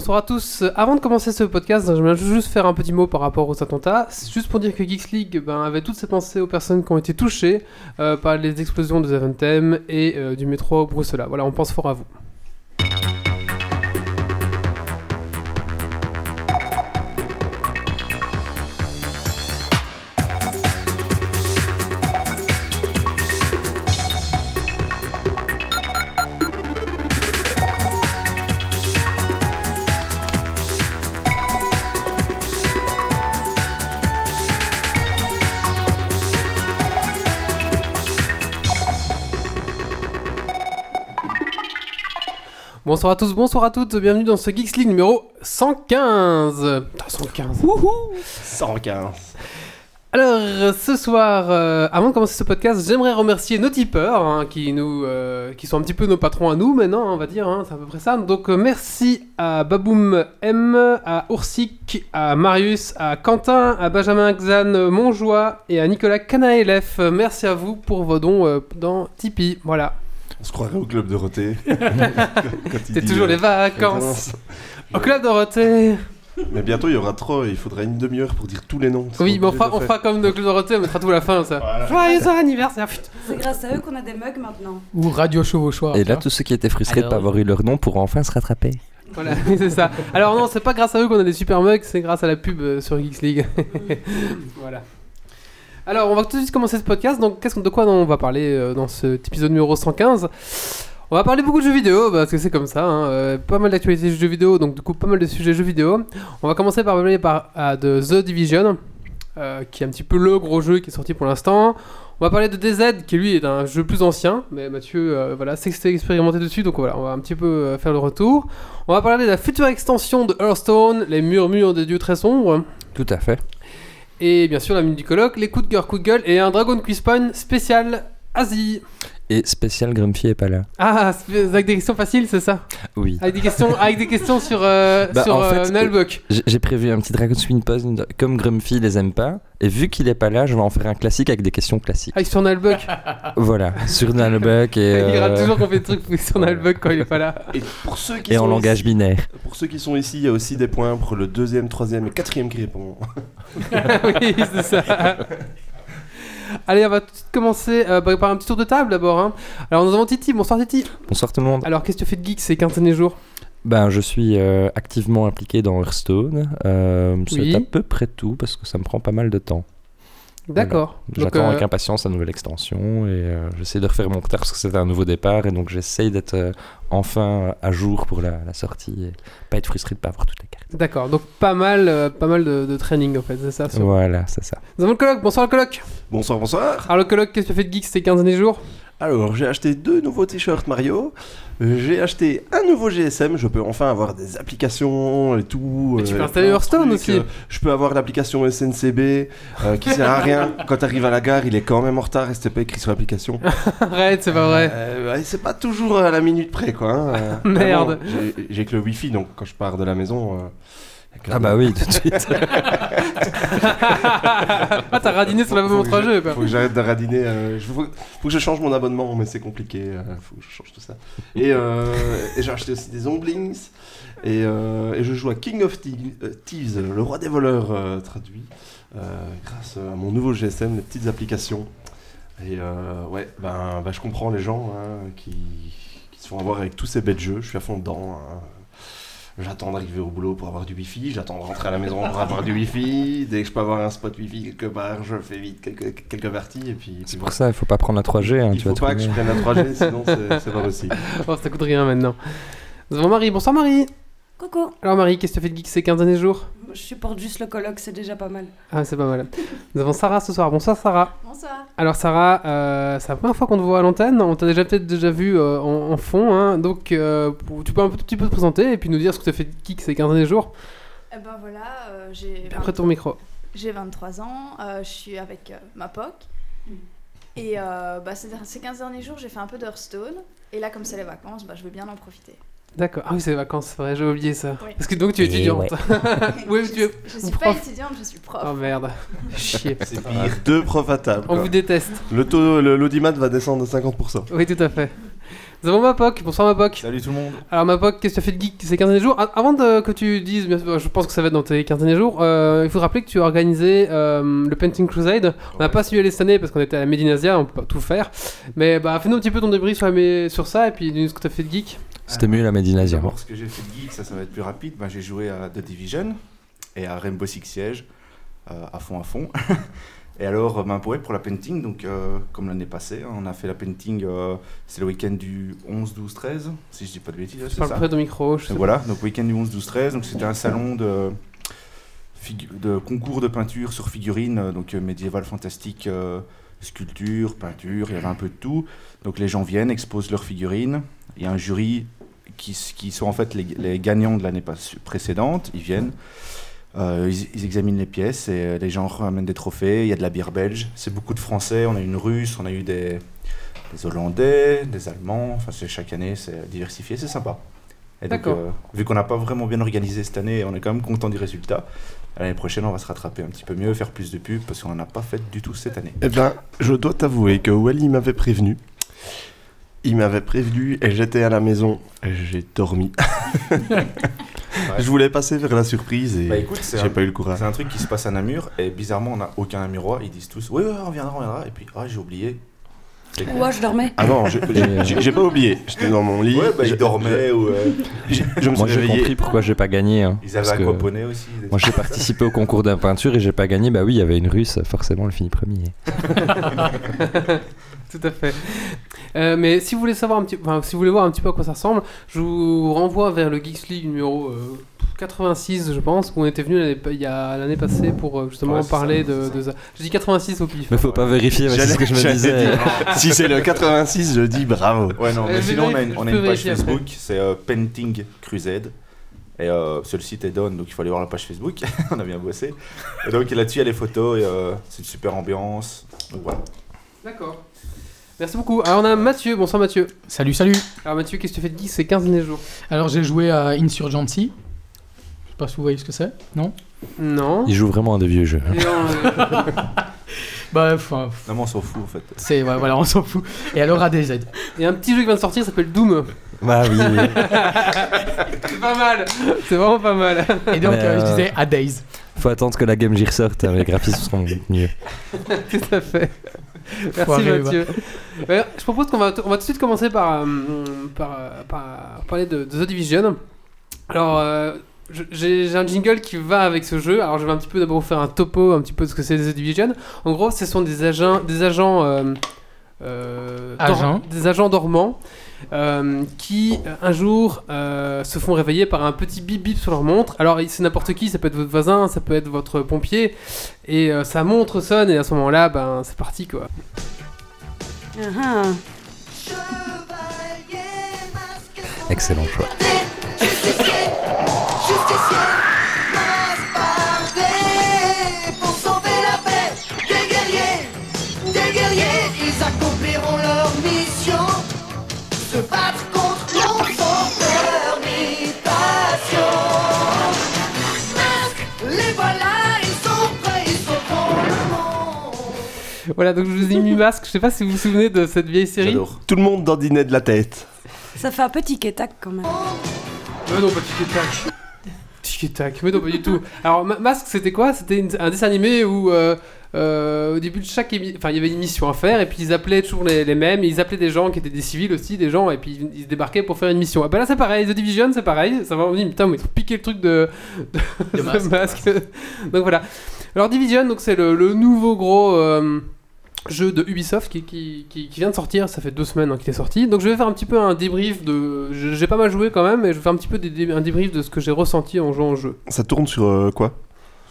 Bonsoir à tous. Euh, Avant de commencer ce podcast, j'aimerais juste faire un petit mot par rapport aux attentats. C'est juste pour dire que Geeks League ben, avait toutes ses pensées aux personnes qui ont été touchées euh, par les explosions de Zaventem et euh, du métro Bruxelles. Voilà, on pense fort à vous. Bonsoir à tous, bonsoir à toutes, bienvenue dans ce Geeks League numéro 115. Putain, 115. 115. Alors, euh, ce soir, euh, avant de commencer ce podcast, j'aimerais remercier nos tipeurs, hein, qui, nous, euh, qui sont un petit peu nos patrons à nous maintenant, hein, on va dire, hein, c'est à peu près ça. Donc, euh, merci à Baboum M, à Oursic, à Marius, à Quentin, à Benjamin Xan Monjoie et à Nicolas Canaélef. Merci à vous pour vos dons euh, dans Tipeee. Voilà, On se croirait au club de Roté. c'est euh, toujours les vacances. Au club Dorothée Mais bientôt il y aura trop, il faudra une demi-heure pour dire tous les noms. Oui, mais on fera, enfin, on fera comme de Club Dorothée, on mettra tout à la fin, ça. Voilà. Joyeux anniversaire, putain C'est grâce à eux qu'on a des mugs maintenant. Ou Radio Chevauchoir. Et là, tous ceux qui étaient frustrés de Alors- pas avoir eu leur nom pourront enfin se rattraper. Voilà, c'est ça. Alors non, c'est pas grâce à eux qu'on a des super mugs, c'est grâce à la pub euh, sur Geeks League. voilà. Alors, on va tout de suite commencer ce podcast. Donc, qu'est-ce qu'on- de quoi on va parler euh, dans cet épisode numéro 115 On va parler beaucoup de jeux vidéo, bah, parce que c'est comme ça. hein, euh, pas mal d'actualités jeux vidéo, donc du coup, pas mal de sujets jeux vidéo. On va commencer par parler par, à de The Division, euh, qui est un petit peu le gros jeu qui est sorti pour l'instant. On va parler de DZ, qui lui est un jeu plus ancien, mais Mathieu, euh, voilà, s'est expérimenté dessus, donc voilà, on va un petit peu euh, faire le retour. On va parler de la future extension de Hearthstone, les murmures des dieux très sombres, Tout à fait. et bien sûr la minute du colloque, les coups de cœur, coups de gueule, et un Dragon Quiz Pun spécial Asie. Et spécial Grumpy est pas là. Ah, c'est- avec des questions faciles, c'est ça Oui. Avec des questions, avec des questions sur, euh, Bah, sur en fait, euh, Nullbuck. J- J'ai prévu un petit Dragon Swing Puzzle. Comme Grumpy les aime pas, et vu qu'il est pas là, je vais en faire un classique avec des questions classiques. Avec Ah, sur Nullbuck. Voilà, sur Nalbuck et, Il rate euh, toujours qu'on fait des trucs sur Nullbuck quand il est pas là. Et pour ceux qui et sont en langage ici- binaire. pour ceux qui sont ici, il y a aussi des points pour le deuxième, troisième et quatrième qui répond. oui, c'est ça. Allez, on va tout de suite commencer euh, par par un petit tour de table d'abord. hein. Alors, nous avons Titi. Bonsoir Titi. Bonsoir tout le monde. Alors, qu'est-ce que tu fais de geek ces 15 derniers jours Ben, je suis euh, activement impliqué dans Hearthstone. Euh, Oui. C'est à peu près tout parce que ça me prend pas mal de temps. D'accord. Donc, Eh ben, J'attends euh, avec impatience la nouvelle extension et euh, j'essaie de refaire mon retard parce que c'était un nouveau départ et donc j'essaie d'être euh, enfin à jour pour la, la sortie et pas être frustré de pas avoir toutes les cartes. D'accord, donc pas mal, euh, pas mal de, de training en fait, c'est ça. sur- Voilà, c'est ça. Nous avons le colloque, bonsoir le colloque. Bonsoir, bonsoir. Alors le colloque, qu'est-ce que tu fais de geek ces 15 derniers jours Alors, j'ai acheté deux nouveaux t-shirts Mario. Euh, J'ai acheté un nouveau GSM. Je peux enfin avoir des applications et tout. Mais tu euh, peux installer plein de Hearthstone trucs. aussi. Euh, Je peux avoir l'application SNCB euh, qui sert à rien. Quand t'arrives à la gare, il est quand même en retard et c'était pas écrit sur l'application. Arrête, c'est pas vrai. Euh, ouais, c'est pas toujours à la minute près, quoi. hein. Euh, Merde. vraiment, j'ai- J'ai que le wifi, donc quand je pars de la maison. euh, y a que la- Ah bah oui, tout de suite. ah, t'as radiné sur la même Faut que autre je- jeu quoi. Faut que j'arrête de radiner. euh, je- faut, faut que je change mon abonnement, mais c'est compliqué. euh, faut que je change tout ça. Et, euh, et j'ai acheté aussi des onglings. Et, euh, et je joue à King of Thie- euh, Thieves, le roi des voleurs euh, traduit, euh, grâce à mon nouveau GSM, les petites applications. Et euh, ouais, ben, ben, je comprends les gens hein, qui, qui se font avoir avec tous ces bêtes jeux. Je suis à fond dedans. hein. J'attends d'arriver au boulot pour avoir du wifi, j'attends de rentrer à la maison pour avoir du wifi. Dès que je peux avoir un spot wifi quelque part, je fais vite quelques, quelques parties et puis. et puis C'est voilà. pour ça, il faut pas prendre la 3G. hein, Il tu faut vas pas que trouver. je prenne la 3G, euh, sinon c'est c'est pas possible. Oh, ça coûte rien maintenant. Nous avons Marie, bonsoir Marie. Coco, Alors Marie, qu'est-ce que tu fais de geek ces 15 derniers jours je supporte juste le colloque, c'est déjà pas mal. Ah, c'est pas mal. Nous avons Sarah ce soir, bonsoir Sarah. Bonsoir. Alors Sarah, euh, c'est la première fois qu'on te voit à l'antenne, on t'a déjà peut-être déjà vu euh, en, en fond, hein. donc euh, pour- tu peux un tout petit peu te présenter et puis nous dire ce que tu as fait de geek ces 15 derniers jours. Eh ben voilà, euh, j'ai Et après 20 ton micro. j'ai 23 ans, euh, je suis avec euh, ma POC. Et euh, bah, ces, ces 15 derniers jours, j'ai fait un peu d'Hearthstone. Et là, comme c'est les vacances, bah, je vais bien en profiter. D'accord. Ah oui, c'est les vacances, c'est vrai, j'ai oublié ça. Oui. Parce que donc tu es Eh étudiante. ouais. Oui, mais je, tu es- je suis pas prof. étudiante, je suis Oh prof. merde. Chier. C'est pire. Deux profs à table. On quoi. vous déteste. Le taux, le- l'audimat va descendre de 50%. Oui, tout à fait. Nous avons Mapoc, bonsoir Mapoc. Salut tout le monde. Alors Mapoc, qu'est-ce que tu as fait de geek ces 15 derniers jours A- Avant de- que tu dises, bien sûr, je pense que ça va être dans tes 15 derniers jours, euh, il faut rappeler que tu as organisé euh, le Painting Crusade. On n'a pas su y aller cette année parce qu'on était à la Médinasia, on peut pas tout faire. Mais bah, fais-nous un petit peu ton débrief sur, la mé- sur ça et puis dis-nous ce que tu as fait de geek. C'était mieux la Médinasia. D'abord, ce que j'ai fait de geek, ça, ça va être plus rapide. Ben, j'ai joué à The Division et à Rainbow Six Siege, euh, à fond, à fond. et alors, ben, pour, ouais, pour la painting, donc, euh, comme l'année passée, hein, on a fait la painting, euh, c'est le week-end du 11, 12, 13, si je dis pas de bêtises, Je c'est parle ça. près de micro. Je sais Donc pas. voilà, donc week-end du 11, 12, 13, donc c'était un salon de, figu- de concours de peinture sur figurines, euh, donc euh, médiéval, fantastique, euh, sculpture, peinture, il y avait un peu de tout. Donc les gens viennent, exposent leurs figurines, il y a un jury qui, s- qui sont en fait les, les gagnants de l'année pas- précédente, ils viennent. euh, ils, ils examinent les pièces et euh, les gens ramènent des trophées. Il y a de la bière belge, c'est beaucoup de Français. On a eu une Russe, on a eu des, des Hollandais, des Allemands. Enfin, c'est chaque année, c'est diversifié, c'est sympa. Et donc, D'accord. euh, vu qu'on n'a pas vraiment bien organisé cette année, on est quand même content du résultat. À L'année prochaine, on va se rattraper un petit peu mieux, faire plus de pubs parce qu'on n'en a pas fait du tout cette année. Eh ben, je dois t'avouer que Wally m'avait prévenu. Il m'avait prévenu et j'étais à la maison et j'ai dormi. Je voulais passer vers la surprise et Bah écoute, c'est j'ai un, pas eu le courage. c'est un truc qui se passe à Namur et bizarrement, on n'a aucun Namurois. Ils disent tous Oui, ouais, on viendra, on viendra. Et puis, ah, j'ai oublié. Ouah, je dormais. Ah non, j'ai- euh, j'ai j'ai- j'ai pas oublié. J'étais dans mon lit. Ouais, bah je- ils dormaient ou. euh, j'ai- Je me suis Moi j'ai réveillé. compris pourquoi j'ai pas gagné. hein, Ils parce avaient que aquaponé aussi. des Moi trucs j'ai participé au concours de peinture et j'ai pas gagné. Bah oui, il y avait une russe, forcément le fini premier. Tout à fait. Euh, mais si vous voulez savoir un petit, enfin, si vous voulez voir un petit peu à quoi ça ressemble, je vous renvoie vers le Geeks League numéro euh, 86, je pense, où on était venu l'année- il y a l'année passée pour euh, justement Ouais, c'est parler ça, de, c'est de ça. Je dis 86 au pif. Mais faut pas vérifier, mais c'est J'allais- ce que je me j'allais disais. dire. Si c'est le 86, je dis bravo. Ouais, non, Euh, mais je sinon, on a vérifie- une, on a je une peux page vérifier après. Facebook, c'est euh, Painting Crusade. Et euh, parce que le site est down, donc il faut aller voir la page Facebook. on a bien bossé. Et donc là-dessus, il y a les photos, et, euh, c'est une super ambiance. Donc voilà. D'accord. Merci beaucoup. Alors on a Mathieu, bonsoir Mathieu. Salut, salut. Alors Mathieu, qu'est-ce que tu fais de geek ces 15 derniers jours Alors j'ai joué à Insurgency. Je sais pas si vous voyez ce que c'est, non Oh. Non. Il joue vraiment à des vieux jeux. hein. Et on- Bah, enfin, Non, mais on s'en fout en fait. c'est ouais, voilà, on s'en fout. Et alors ADZ. Il y a un petit jeu qui vient de sortir, ça s'appelle Doom. Bah oui. C'est pas mal. C'est vraiment pas mal. Et donc Mais, euh, je euh, disais ADZ. Faut attendre que la Game Gear sorte, hein, les graphismes seront mieux. Tout à fait. Merci arriver, Mathieu. Ouais, je propose qu'on va, t- on va tout de suite commencer par, euh, par, euh, par parler de, de The Division. Alors, euh, je- j'ai j'ai un jingle qui va avec ce jeu. Alors, je vais un petit peu d'abord vous faire un topo un petit peu de ce que c'est The Division. En gros, ce sont des agents, des agents, euh, euh, dor- Agents. des agents dormants euh, qui euh, un jour euh, se font réveiller par un petit bip bip sur leur montre. Alors il- c'est n'importe qui, ça peut être votre voisin, ça peut être votre pompier, et euh, sa montre sonne et à ce moment-là, ben c'est parti quoi. Ah, ah. Excellent choix. Pour sauver la paix, des guerriers, des guerriers, ils accompliront leur mission. Se battre contre l'ombre sans peur ni passion. Masque, les voilà, ils sont prêts, ils sauveront le monde. Voilà, donc je vous ai mis masque. Je sais pas si vous vous souvenez de cette vieille série. J'adore. Tout le monde dandinait de la tête. Ça fait un petit quétac quand même. Mais non, pas tic tac. Tic tac, mais non, pas du tout. Alors Ma- masque, c'était quoi C'était une- un dessin animé où euh, euh, au début de chaque émission, enfin il y avait une mission à faire et puis ils appelaient toujours les, les mêmes, et ils appelaient des gens qui étaient des civils aussi, des gens et puis ils- ils se débarquaient pour faire une mission. Ah bah là c'est pareil, The Division c'est pareil, ça va on dit putain mais ils ont piqué le truc de, de- Le de masque. donc voilà. Alors Division donc c'est le, le nouveau gros euh, jeu de Ubisoft qui, qui- qui- qui vient de sortir, ça fait deux semaines hein, qu'il est sorti. Donc je vais faire un petit peu un débrief de... je- J'ai pas mal joué quand même, mais je vais faire un petit peu des dé- un débrief de ce que j'ai ressenti en jouant au jeu. Ça tourne sur euh, quoi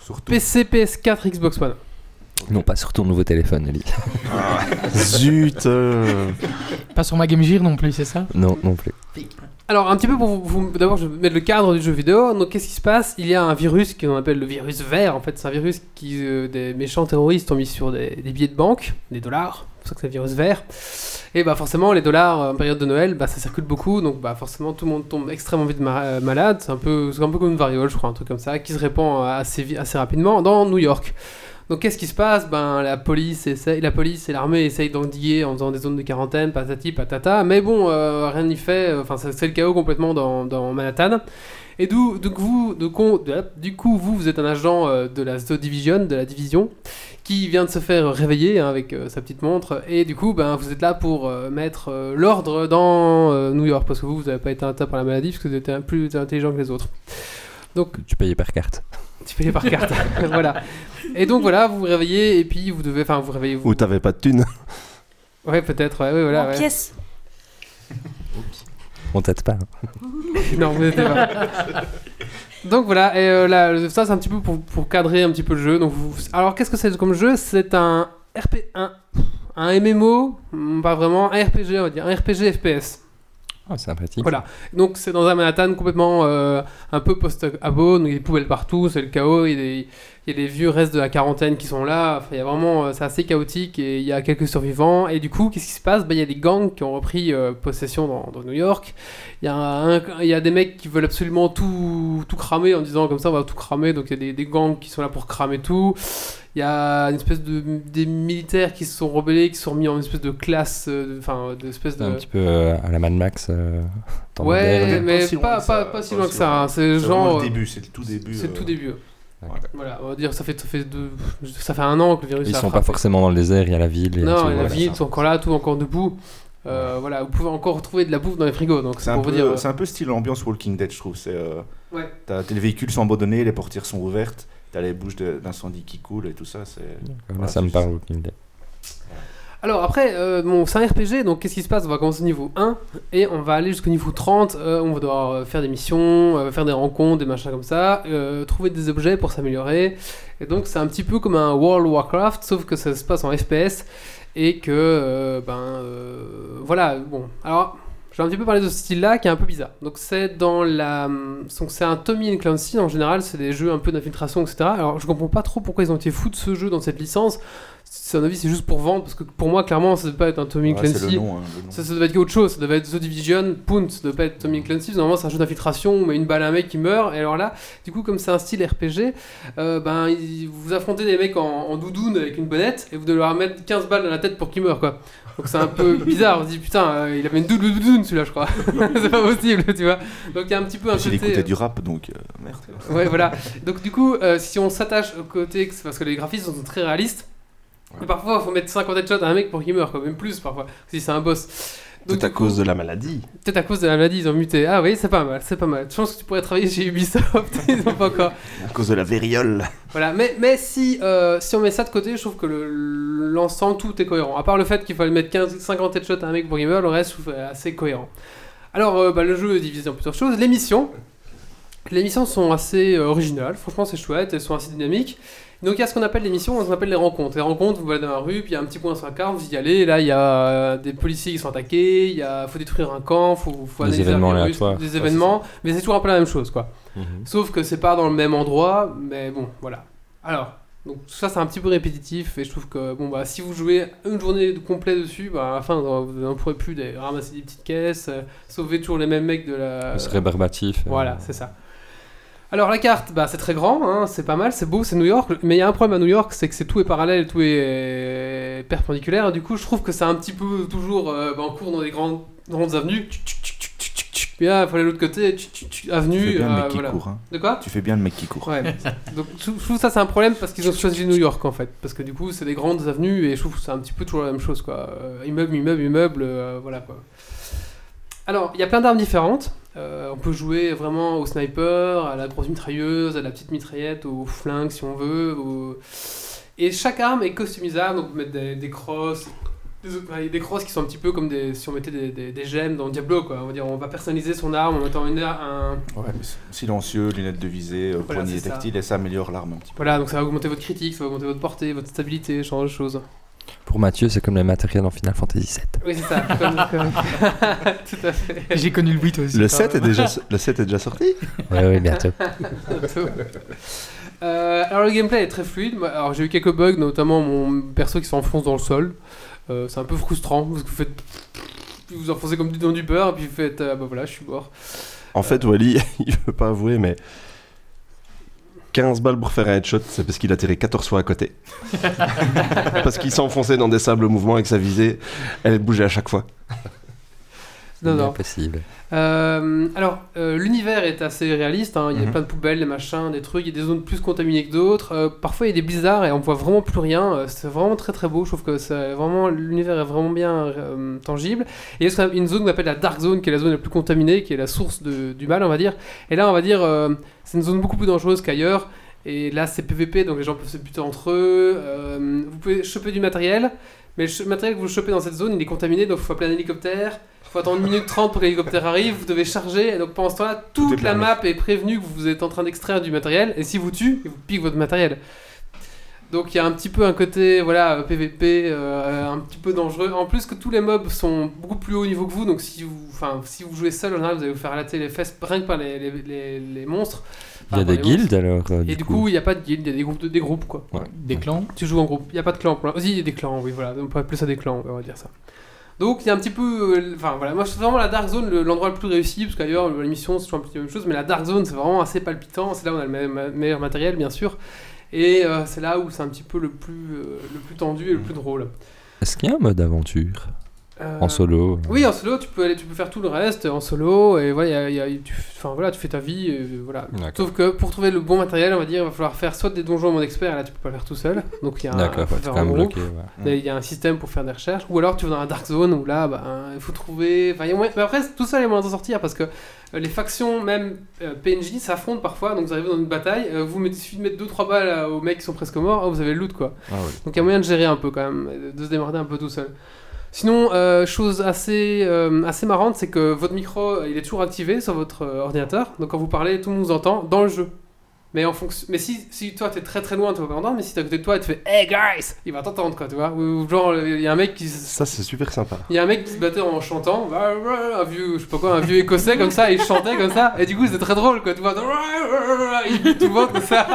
Surtout. PC, PS4, Xbox One. Non, pas sur ton nouveau téléphone, Ellie. Zut euh. Pas sur ma Game Gear non plus, c'est ça Non, non plus. Alors un petit peu pour vous, vous- d'abord je vais mettre le cadre du jeu vidéo. Donc qu'est-ce qui se passe Il y a un virus qu'on appelle le virus vert. En fait c'est un virus qui euh, des méchants terroristes ont mis sur des, des billets de banque, des dollars. C'est pour ça que c'est le virus vert. Et bah forcément les dollars euh, en période de Noël, bah ça circule beaucoup. Donc bah forcément tout le monde tombe extrêmement vite ma- euh, malade. C'est un peu c'est un peu comme une variole je crois, un truc comme ça qui se répand assez vi- assez rapidement dans New York. Donc qu'est-ce qui se passe Ben la police essaye, la police et l'armée essayent d'endiguer en faisant des zones de quarantaine, patati patata. Mais bon, euh, rien n'y fait. Enfin, ça- c'est le chaos complètement dans, dans Manhattan. Et d'où donc vous, donc on- de- du coup vous, vous êtes un agent euh, de la Zoo Division, de la division, qui vient de se faire réveiller hein, avec euh, sa petite montre. Et du coup, ben vous êtes là pour euh, mettre euh, l'ordre dans euh, New York parce que vous, vous n'avez pas été atteint par la maladie parce que vous êtes un- plus intelligent que les autres. Donc Tu payais par carte. tu payes par carte. voilà. Et donc voilà, vous vous réveillez et puis vous devez. Enfin, vous réveillez. Vous... Ou t'avais pas de thune. Ouais, peut-être. Ouais, ouais, voilà. en ouais. pièce. On t'aide pas. hein. Non, vous n'étiez pas. Donc voilà, et euh, là, ça c'est un petit peu pour, pour cadrer un petit peu le jeu. Donc vous- Alors qu'est-ce que c'est comme jeu C'est un RP1, un MMO, hmm, pas vraiment, un RPG on va dire, un RPG FPS. Ah, sympathique. Voilà. Donc c'est dans un Manhattan complètement euh, un peu post-abo, donc il y a des poubelles partout, c'est le chaos, il y, a des, il y a des vieux restes de la quarantaine qui sont là, enfin, il y a vraiment, euh, c'est assez chaotique et il y a quelques survivants. Et du coup, qu'est-ce qui se passe Ben, Il y a des gangs qui ont repris euh, possession dans, dans New York, il y, a un- il y a des mecs qui veulent absolument tout, tout cramer en disant comme ça on va tout cramer, donc il y a des, des gangs qui sont là pour cramer tout. Il y a une espèce de des militaires qui se sont rebellés, qui se sont mis en une espèce de classe, euh, enfin, d'espèce de. Un petit peu euh, à la Mad Max. euh, temps Ouais, moderne. mais Pas si loin pas, que ça, pas, pas si pas loin si que ça. loin. hein. C'est C'est vraiment genre. le début, c'est le tout début. C'est le tout euh, début. D'accord. Voilà, on va dire ça fait, ça fait, deux, ça fait un an que le virus Ils a sont pas frappé. forcément dans le désert, il y a la ville. et tout, Non, la voilà. ville, ça. ils sont encore là, tout encore debout. Euh, voilà, vous pouvez encore trouver de la bouffe dans les frigos, donc C'est c'est un, pour vous peu, dire. euh, c'est un peu style l'ambiance Walking Dead, je trouve. C'est, euh, Ouais. t'as, t'as les véhicules sont abandonnés, les portières sont ouvertes, t'as les bouches de- d'incendie qui coulent et tout ça. C'est... Là, ça me parle, aucune idée. Alors après, euh, bon, c'est un RPG, donc qu'est-ce qui se passe On va commencer au niveau 1 et on va aller jusqu'au niveau 30. euh, on va devoir euh, faire des missions, euh, faire des rencontres, des machins comme ça, euh, trouver des objets pour s'améliorer. Et donc c'est un petit peu comme un World of Warcraft, sauf que ça se passe en FPS et que, euh, ben, euh, voilà, bon. Alors, je vais un petit peu parler de ce style-là qui est un peu bizarre. Donc c'est dans la... Donc c'est un Tommy and Clancy, en général c'est des jeux un peu d'infiltration, etc. Alors je comprends pas trop pourquoi ils ont été fous de ce jeu dans cette licence. C'est un avis, c'est juste pour vendre, parce que pour moi, clairement, ça devait pas être un Tommy Ouais, c'est le Clancy. nom. hein, le nom. Ça, ça devait être autre chose, ça devait être The Division, Punt, ça devait pas être Tommy Clancy, normalement c'est un jeu d'infiltration, on met une balle à un mec qui meurt, et alors là, du coup comme c'est un style RPG, euh, ben, il- vous affrontez des mecs en, en doudoune avec une bonnette, et vous devez leur mettre 15 balles dans la tête pour qu'ils meurent quoi. Donc c'est un peu bizarre, on se dit putain, euh, il avait une doudoune doudoune celui-là je crois, c'est pas possible tu vois. Donc il y a un petit peu un J'ai côté- écouté du rap, donc euh, merde. Ouais, voilà. Donc, du coup, euh, si on s'attache au côté, que c'est parce que les graphismes sont très réalistes, mais parfois, il faut mettre 50 headshots à un mec pour qu'il meure, quand même plus parfois, si c'est un boss. Donc, Tout à cause de la maladie. Peut-être à cause de la maladie, ils ont muté. Ah oui, c'est pas mal, c'est pas mal. Je pense que tu pourrais travailler chez Ubisoft, ils ont pas encore. À cause de la vériole. Voilà, mais, mais si, euh, si on met ça de côté, je trouve que le- l'ensemble, tout est cohérent. À part le fait qu'il fallait mettre 15, 50 headshots à un mec pour gamer, le reste, je trouve assez cohérent. Alors, euh, bah, le jeu est divisé en plusieurs choses. Les missions. Les missions sont assez euh, originales, franchement, c'est chouette, elles sont assez dynamiques. Donc, il y a ce qu'on appelle les missions, on appelle les rencontres. Les rencontres, vous allez dans la rue, puis il y a un petit coin sur la carte, vous y allez, et là, il y a euh, des policiers qui sont attaqués, il y a, faut détruire un camp, faut, faut Des analyser un événements virus, aléatoires. Ouais, Des c'est Mhm. événements, mais c'est toujours un peu la même chose, quoi. Sauf que c'est pas dans le même endroit, mais bon, voilà. Alors, donc ça c'est un petit peu répétitif et je trouve que bon bah si vous jouez une journée de- complète dessus, bah à la fin euh, vous n'en pourrez plus des- ramasser des petites caisses, euh, sauver toujours les mêmes mecs de la. C'est rébarbatif. euh, Voilà, c'est ça. Alors la carte, bah, c'est très grand, hein, c'est pas mal, c'est beau, c'est New York, mais il y a un problème à New York, c'est que c'est tout est parallèle, tout est perpendiculaire, et du coup je trouve que c'est un petit peu toujours euh, bah, en cours dans les grandes, grandes avenues. Tchou, tchou, tchou, tchou, tchou, tchou. Puis là, il faut aller de l'autre côté, tchou, tchou, tchou, Tu fais avenue, bien le euh, mec qui voilà. court. hein. De quoi Tu fais bien le mec qui court. Ouais. Donc je je trouve ça c'est un problème parce qu'ils ont choisi New York en fait parce que du coup c'est des grandes avenues et je trouve que c'est un petit peu toujours la même chose quoi Euh, immeuble immeuble immeuble euh, voilà quoi. Alors il y a plein d'armes différentes. Euh, on peut jouer vraiment au sniper, à la grosse mitrailleuse, à la petite mitraillette, au flingue si on veut. au- Et chaque arme est customisable donc on peut mettre des, des crosses. Des, des crosses qui sont un petit peu comme des, si on mettait des, des- des gemmes dans Diablo quoi. On va dire on va personnaliser son arme en mettant une, ar- un, Ouais, mais c'est Silencieux, lunettes de visée, euh, Voilà, poignée c'est ça. tactile, et ça améliore l'arme un petit Voilà, donc ça va augmenter votre critique, ça va augmenter votre portée, votre stabilité, ce genre de choses. Pour Mathieu, c'est comme les matériels en Final Fantasy VII. Oui, c'est ça. comme- comme- Tout à fait. J'ai connu le 8 aussi. Le quand 7 est même. déjà, le 7 est déjà sorti Ouais, ouais, bientôt. Euh, alors le gameplay est très fluide. Moi, Alors j'ai eu quelques bugs, notamment mon perso qui s'enfonce dans le sol. Euh, c'est un peu frustrant parce que vous faites, vous vous enfoncez comme du- dans du beurre et puis vous faites, euh, bah voilà, je suis mort. En fait, Wally, il veut pas avouer, mais. 15 balles pour faire un headshot, c'est parce qu'il a tiré 14 fois à côté. parce qu'il s'enfonçait dans des sables mouvements avec sa visée, elle bougeait à chaque fois. Non, non. Impossible. Euh, alors, euh, l'univers est assez réaliste. hein. Il y a Mhm. plein de poubelles, des machins, des trucs. Il y a des zones plus contaminées que d'autres. Euh, parfois, il y a des blizzards et on voit vraiment plus rien. Euh, c'est vraiment très très beau. Je trouve que c'est vraiment l'univers est vraiment bien euh, tangible. Et il y a ce qu'on- une zone qu'on appelle la dark zone, qui est la zone la plus contaminée, qui est la source de- du mal, on va dire. Et là, on va dire, euh, c'est une zone beaucoup plus dangereuse qu'ailleurs. Et là, c'est PVP, donc les gens peuvent se buter entre eux. Euh, vous pouvez choper du matériel, mais le ch- matériel que vous chopez dans cette zone, il est contaminé, donc il faut appeler un hélicoptère. Il faut attendre une minute 30 pour que l'hélicoptère arrive, vous devez charger, et donc pendant ce temps-là, est toute la permis. map est prévenue que vous êtes en train d'extraire du matériel, et si vous tue, il vous pique votre matériel. Donc il y a un petit peu un côté voilà euh, PVP euh, un petit peu dangereux. En plus que tous les mobs sont beaucoup plus haut niveau que vous, donc si vous, enfin si vous jouez seul en général, vous allez vous faire latter les fesses rien que par les, les, les- les monstres. Il y a Enfin, par les des guildes alors euh, Et du coup, il n'y a pas de guild, il y a des groupes, de, des groupes quoi. Des clans. Tu joues en groupe, il n'y a pas de clan. Pour... Si, il y a des clans, oui, voilà, on peut appeler ça des clans, on va dire ça. Donc il y a un petit peu. euh, Enfin voilà, moi c'est vraiment la Dark Zone le- l'endroit le plus réussi, parce qu'ailleurs l'émission c'est toujours un petit peu la même chose, mais la Dark Zone c'est vraiment assez palpitant, c'est là où on a le me- me- meilleur matériel bien sûr, et euh, c'est là où c'est un petit peu le plus, euh, le plus tendu et le plus drôle. Est-ce qu'il y a un mode aventure Euh, en solo euh, Oui, en solo tu peux, aller, tu peux faire tout le reste en solo, et voilà, il y a- il y a- tu, enfin, voilà tu fais ta vie, et voilà. D'accord. Sauf que pour trouver le bon matériel, on va dire, il va falloir faire soit des donjons en mode expert, et là tu peux pas le faire tout seul, donc il y a un, D'accord, faut faut être faire quand en même groupe. bloqué. ouais. Il y a un système pour faire des recherches, ou alors tu vas dans la Dark Zone où là, ben, il faut trouver. Enfin, il y a moyen- Mais après, tout ça, il y a moyen d'en sortir parce que euh, les factions, même euh, PNJ, s'affrontent parfois. Donc, vous arrivez dans une bataille, euh, vous mettez, il suffit de mettre 2-3 balles euh, aux mecs qui sont presque morts, oh, vous avez le loot quoi. Ah ouais. Donc il y a moyen de gérer un peu quand même, euh, de se démerder un peu tout seul. Sinon, euh, chose assez, euh, assez marrante, c'est que votre micro, euh, il est toujours activé sur votre euh, ordinateur. Donc quand vous parlez, tout le monde vous entend dans le jeu. Mais, en fonction... mais si, si toi t'es très très loin, tu vas pas entendre, mais si t'es à côté de toi et tu fais Hey guys Il va t'entendre quoi, tu vois. Ou, ou genre, il y a un mec qui se Ça, c'est super sympa. il y a un mec qui se battait en chantant, bah, un vieux, je sais pas quoi, un vieux écossais comme ça, et il chantait comme ça, et du coup c'était très drôle quoi, tu vois, il tout le monde comme ça.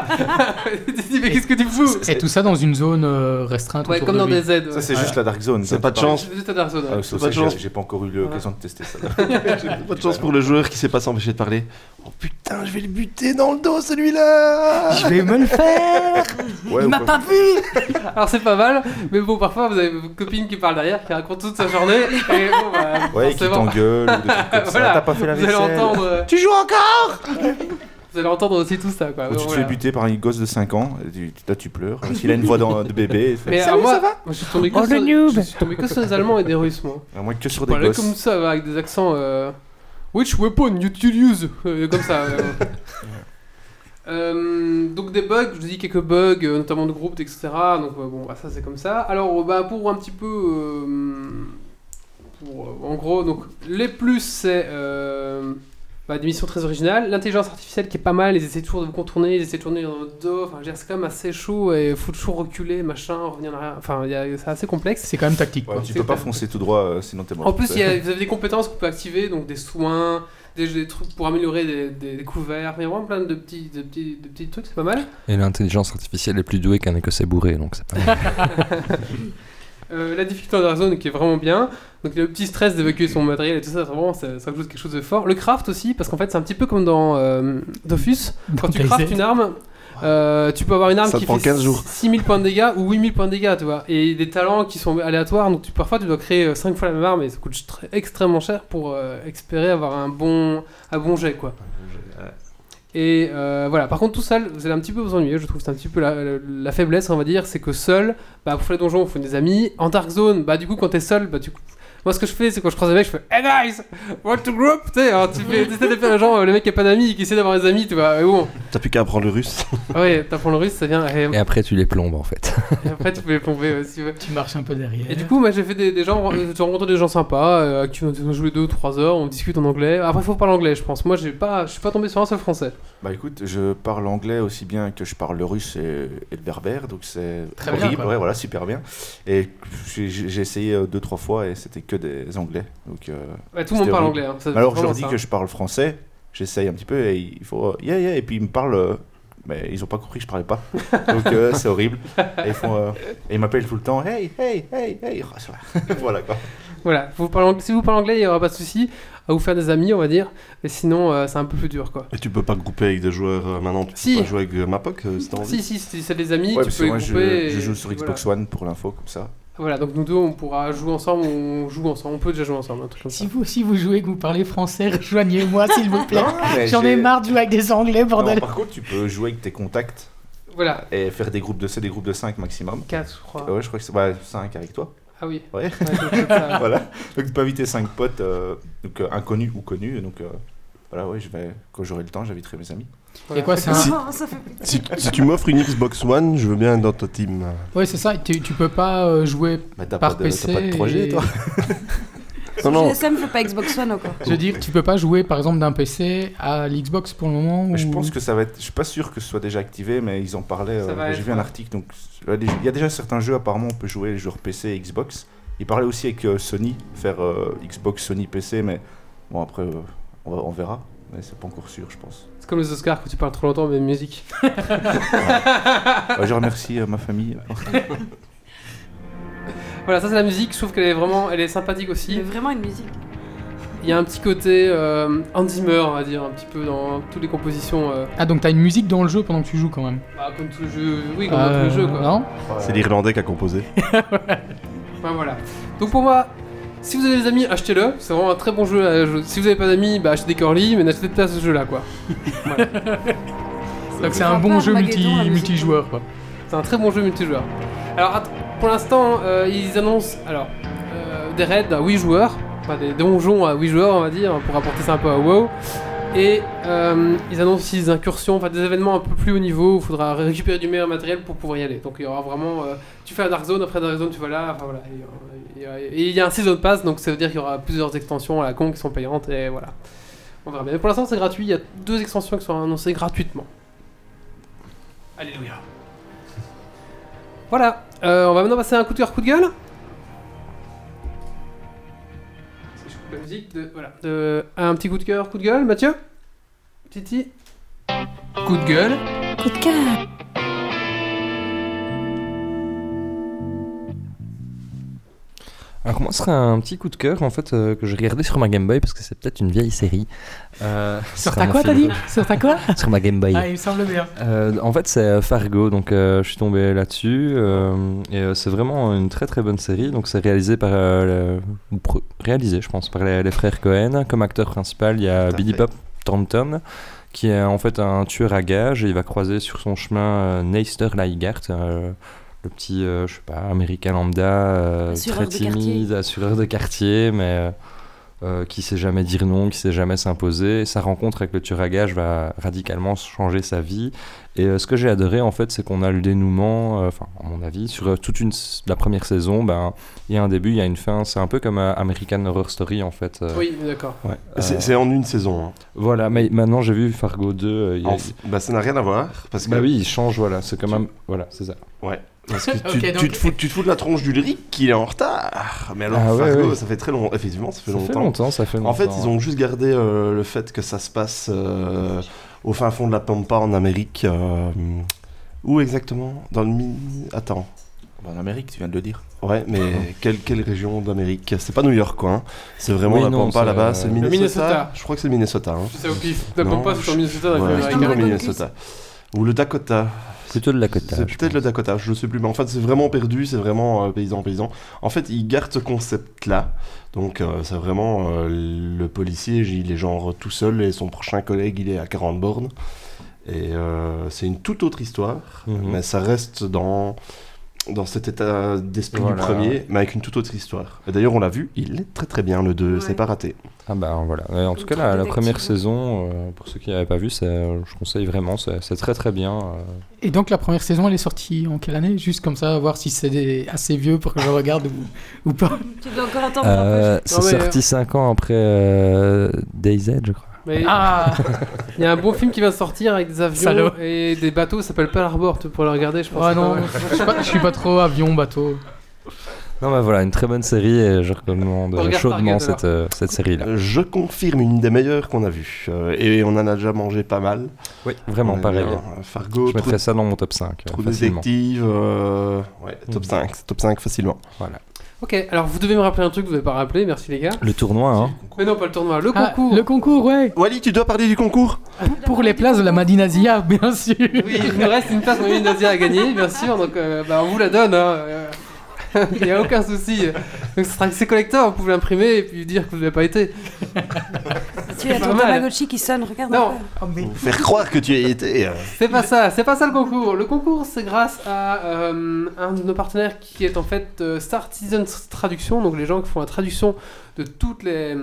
tu te dis mais qu'est-ce que tu fous Et tout ça dans une zone euh, restreinte. Ouais, autour comme de dans lui. des aides. Ça, ouais. c'est juste la Dark Zone. C'est pas de pareil. chance. Juste à hein. Darson, ouais. Ah, pas c'est de ça que chance. J'ai j'ai pas encore eu l'occasion de tester ça. Pas de chance pour le joueur qui s'est pas s'empêcher de parler. Oh putain, je vais le buter dans le dos celui-là Je vais me le faire Ouais, Il ou m'a pas pas. vu Alors c'est pas mal, mais bon, parfois vous avez vos copines qui parlent derrière, qui racontent toute sa journée, et bon, bah, Ouais, qui forcément, t'engueule ou des trucs comme ça. Voilà. T'as pas fait la vous allez vaisselle. entendre. euh, Tu joues encore Vous allez entendre aussi tout ça quoi. Ou Bon, tu te fais Ah voilà. buter par un gosse de 5 ans, et tu- là tu pleures. Parce qu'il a une voix d'en- de bébé. et fait, Mais Salut, alors, moi, ça va moi, je suis tombé que Oh, le sur- noob. je suis tombé que sur les Allemands et des Russes moi. À moins que sur des parlait gosses. euh, comme ça avec des accents euh, Which weapon you to use Euh, comme ça. euh. Euh, donc des bugs, je vous dis quelques bugs, euh, notamment de groupe, etc. Donc euh, bon, bah, ça c'est comme ça. Alors euh, bah, pour un petit peu, euh, pour, euh, en gros, donc les plus c'est euh, bah, des missions très originales, l'intelligence artificielle qui est pas mal, ils essaient toujours de vous contourner, ils essaient de tourner dans votre dos. Enfin, je veux dire, c'est quand même assez chaud et faut toujours reculer, machin, revenir en arrière. Enfin, il y a- c'est assez complexe. C'est quand même tactique. Ouais, quoi. tu peux pas foncer tout droit, euh, sinon t'es mort. En plus, il y a- vous avez des compétences qu'on peut activer, donc des soins, des, des trucs pour améliorer des, des- des couverts, mais vraiment plein de petits, de petits, de petits trucs, c'est pas mal. Et l'intelligence artificielle est plus douée qu'un écossais bourré, donc c'est pas mal. Euh, la difficulté de la zone qui est vraiment bien, donc le petit stress d'évacuer son matériel et tout ça, c'est vraiment, ça, ça rajoute quelque chose de fort. Le craft aussi, parce qu'en fait, c'est un petit peu comme dans euh, Dofus, quand Dans tu Days craftes Ed. une arme. euh, tu peux avoir une arme Ça qui te prend fait 15 jours. 6000 points de dégâts ou 8000 points de dégâts, tu vois. Et des talents qui sont aléatoires, donc tu, parfois tu dois créer euh, 5 fois la même arme et ça coûte tr- extrêmement cher pour euh, espérer avoir un bon, un bon jet, quoi. Et euh, voilà, par contre, tout seul, vous allez un petit peu vous ennuyer, je trouve. que C'est un petit peu la, la- la faiblesse, on va dire. C'est que seul, bah, pour faire les donjons, il faut des amis. En Dark Zone, bah, du coup, quand t'es seul, bah, tu. Moi, ce que je fais, c'est quand je croise des mecs, je fais Hey guys, want to group Tu sais, alors, tu fais, t'essaies de faire genre, euh, le mec qui a pas d'amis, qui essaie d'avoir des amis, tu vois. Et bon, T'as plus qu'à apprendre le russe. ouais, t'apprends le russe, ça vient. eh, Et, Et après, tu les plombes en fait. et après, tu peux les plomber aussi, ouais. Tu marches un peu derrière. Et du coup, moi j'ai fait des, des gens, euh, j'ai rencontré des gens sympas, euh, avec qui on on jouait 2-3 heures, on discute en anglais. Ah, Après, faut parler anglais, je pense. Moi, j'ai pas, je suis pas tombé sur un seul français. Bah écoute, je parle anglais aussi bien que je parle le russe et, et le berbère, donc c'est Très bien, horrible, quoi. ouais, voilà, super bien. Et j'ai j'ai essayé euh, deux trois fois et c'était que des anglais. Donc euh, Ouais, tout le monde C'était parle horrible. anglais. hein, ça- alors je vraiment leur dis ça. que je parle français, j'essaye un petit peu et il faut euh, yeah yeah et puis ils me parlent. euh, mais ils ont pas compris que je parlais pas. Donc euh, c'est horrible. Et ils, font, euh, et ils m'appellent tout le temps. Hey, hey, hey, hey. Oh, ça va. voilà quoi. Voilà, vous parlez ang- si vous parlez anglais, il n'y aura pas de souci à vous faire des amis, on va dire. Et sinon, euh, c'est un peu plus dur, quoi. Et tu peux pas grouper avec des joueurs euh, maintenant, tu Si. peux pas jouer avec euh, Mapoc euh, si t'as envie. Si, si, si c'est des amis, Ouais, tu parce peux que les moi, grouper. je, et- je joue sur voilà. Xbox One pour l'info, comme ça. Voilà. donc nous deux, on pourra jouer ensemble, on joue ensemble, on peut déjà jouer ensemble, un truc comme Si ça. vous, si vous jouez, que vous parlez français, rejoignez-moi s'il vous plaît. mais J'en ai j'ai- marre de jouer avec des anglais, Non, bordel. par contre, tu peux jouer avec tes contacts Voilà, et faire des groupes de C, des groupes de 5 maximum. 4, je crois. Ouais, je crois que c'est ouais, 5 avec toi. Ah oui. Ouais. c'est peut-être ça. voilà. Donc tu peux inviter 5 potes, euh, donc euh, inconnus ou connus. Donc euh, voilà, ouais, je vais, quand j'aurai le temps, j'inviterai mes amis. Voilà. Et quoi, c'est un- Si- Oh, ça fait plaisir. Si, si tu m'offres une Xbox One, je veux bien être dans ta team. Ouais, c'est ça, tu, tu peux pas euh, jouer. Mais t'as Par pas, de, t'as PC pas de projet, et- toi Non, non, GSM, je veux pas Xbox One encore. Je veux dire, tu peux pas jouer par exemple d'un PC à l'Xbox pour le moment. Mais Je ou- pense que ça va être. Je suis pas sûr que ce soit déjà activé, mais ils en parlaient. Ça euh, va J'ai être, vu un article. Donc là, les- il y a déjà certains jeux. Apparemment, on peut jouer les joueurs PC et Xbox. Ils parlaient aussi avec euh, Sony, faire euh, Xbox, Sony, PC, mais bon après, euh, on, va- on verra. Mais c'est pas encore sûr, je pense. C'est comme les Oscars, quand tu parles trop longtemps, mais musique. Ouais, je remercie euh, ma famille. Voilà, ça c'est la musique, je trouve qu'elle est vraiment elle est sympathique aussi. C'est vraiment une musique. Il y a un petit côté euh, Hans Zimmer, on va dire, un petit peu dans toutes les compositions, euh, Ah, donc t'as une musique dans le jeu pendant que tu joues quand même. bah, comme tout le jeu, oui, comme dans Euh, tous les jeux, quoi. Non c'est l'Irlandais qui a composé. Enfin, voilà. Donc pour moi, si vous avez des amis, achetez-le. C'est vraiment un très bon jeu. à jouer. Si vous n'avez pas d'amis, bah, achetez des Corlys, mais n'achetez pas ce jeu-là, quoi. Donc c'est sera un pas bon un jeu multi- Armageddon, la musique. multijoueur quoi. C'est un très bon jeu multijoueur. Alors att- pour l'instant, euh, ils annoncent alors euh, des raids à 8 joueurs, enfin des donjons à 8 joueurs, on va dire, pour apporter ça un peu à WoW. Et euh, ils annoncent aussi des incursions, enfin des événements un peu plus haut niveau où il faudra récupérer du meilleur matériel pour pouvoir y aller. Donc il y aura vraiment. euh, tu fais un Dark Zone, après Dark Zone tu vas là, enfin voilà. Et, euh, Et il y a un Season Pass, donc ça veut dire qu'il y aura plusieurs extensions à la con qui sont payantes et voilà. On verra bien. Mais pour l'instant c'est gratuit, il y a deux extensions qui sont annoncées gratuitement. Alléluia. Voilà, Euh, on va maintenant passer à un coup de cœur, coup de gueule. Si je coupe la musique, de- voilà. De- un petit coup de cœur, coup de gueule, Mathieu Titi Coup de gueule. Coup de cœur. Alors moi, ce serait un petit coup de cœur en fait euh, que je regardais sur ma Game Boy parce que c'est peut-être une vieille série. Euh, ce Sur sera ta mon quoi t'as film. dit Sur ta quoi Sur ma Game Boy. Ah, il me semble bien. Euh, en fait, c'est euh, Fargo, donc euh, je suis tombé là-dessus. euh, et euh, c'est vraiment une très très bonne série. Donc c'est réalisé par euh, le- pro- réalisé, je pense, par les, les frères Cohen. Comme acteur principal, il y a Tout à Billy fait. Bob Thornton, qui est en fait un tueur à gages et il va croiser sur son chemin euh, Neister Ligart. euh, le petit, euh, je sais pas, américain lambda, euh, Assureur très de quartier. timide, assureur de quartier, mais euh, euh, qui sait jamais dire non, qui sait jamais s'imposer. Sa rencontre avec le tueur à gages va radicalement changer sa vie. Et euh, ce que j'ai adoré, en fait, c'est qu'on a le dénouement, euh, enfin, à mon avis, sur euh, toute une, s- la première saison, ben, il y a un début, il y a une fin. C'est un peu comme euh, American Horror Story, en fait. euh, Oui, d'accord. ouais. C'est Euh, c'est en une saison. hein. Voilà, mais maintenant j'ai vu Fargo 2. euh, il y a- En f- Bah, ça n'a rien à voir. Parce que, Bah oui, il change, voilà, c'est quand même. Voilà, c'est ça. parce que tu, Ok, donc- tu te fous, tu te fous de la tronche du lyrique qu'il est en retard. Mais alors, Ah ouais, Fargo, ouais. ça fait très long. Effectivement, ça fait ça longtemps. fait longtemps, ça fait longtemps. En fait, ils ont juste gardé euh, le fait que ça se passe euh, au fin fond de la Pampa en Amérique. euh, où exactement Dans le. mi- Attends. Bah, en Amérique, tu viens de le dire. Ouais, mais quelle, quelle région d'Amérique C'est pas New York, quoi. hein. C'est vraiment Oui, la non, Pampa c'est, là-bas, euh, c'est le Le Minnesota. Minnesota. Je crois que c'est le Minnesota. hein. Je sais au pif. Ne Non, prends pas sur je- Minnesota dans Ouais, le je film dis le américain. Minnesota. Ou le Dakota. Plutôt le Dakota. C'est je peut-être le Dakota, je sais plus, mais en fait c'est vraiment perdu, c'est vraiment euh, paysan paysan. En fait, ils gardent ce concept-là, donc euh, c'est vraiment euh, le policier, il est genre tout seul et son prochain collègue il est à 40 bornes. Et euh, c'est une toute autre histoire, Mhm. mais ça reste dans, dans cet état d'esprit Voilà. du premier, mais avec une toute autre histoire. Et d'ailleurs, on l'a vu, il est très très bien le 2, Ouais. c'est pas raté. Ah bah voilà. Euh, en tout cas, Ultra la, la première détective. saison, euh, pour ceux qui n'avaient pas vu, c'est- je conseille vraiment, c'est c'est très très bien. euh. Et donc la première saison elle est sortie en quelle année Juste comme ça, voir si c'est des- assez vieux pour que je regarde ou, ou pas. Tu dois encore attendre un Euh, peu. c'est Non, mais, sorti 5 ans après euh, DayZ, je crois. Mais Ah il y a un bon film qui vient de sortir avec des avions Salaud. et des Ah bateaux, ça s'appelle Pearl Harbor, tu pourras le regarder, je pense. Ouais, c'est pas non, mal. je suis, pas, je suis pas trop avion, bateau. Non, bah voilà, une très bonne série et je recommande On regarde chaudement Target, cette, euh, cette série-là. Euh, Je confirme une des meilleures qu'on a vues. Euh, et on en a déjà mangé pas mal. Oui, vraiment On a pareil. bien, euh, Fargo, Trou, Je mettrais ça dans mon top 5. euh, Trou facilement. Détective, euh, ouais, top Mm. 5, c'est top 5 facilement. Voilà. Ok, alors vous devez me rappeler un truc que vous n'avez pas rappelé, merci les gars. Le tournoi, hein. Mais non, pas le tournoi, le Ah, concours. le concours, ouais. Wally, tu dois parler du concours Pour les places de la Madina Zia, bien sûr. Oui, il nous reste une place en Indonésie à gagner, bien sûr, donc euh, bah, on vous la donne. hein, euh, Il n'y a aucun souci. Donc ce sera que c'est collecteur, vous pouvez l'imprimer et puis dire que vous n'avez pas été. Tu as Euh. pas ton mal. Tamagotchi qui sonne, regarde. Non. un peu. Faire croire que tu y as été. euh, C'est pas ça, c'est pas ça le concours. Le concours, c'est grâce à euh, un de nos partenaires qui est en fait euh, Star Citizen Traduction, donc les gens qui font la traduction de toutes les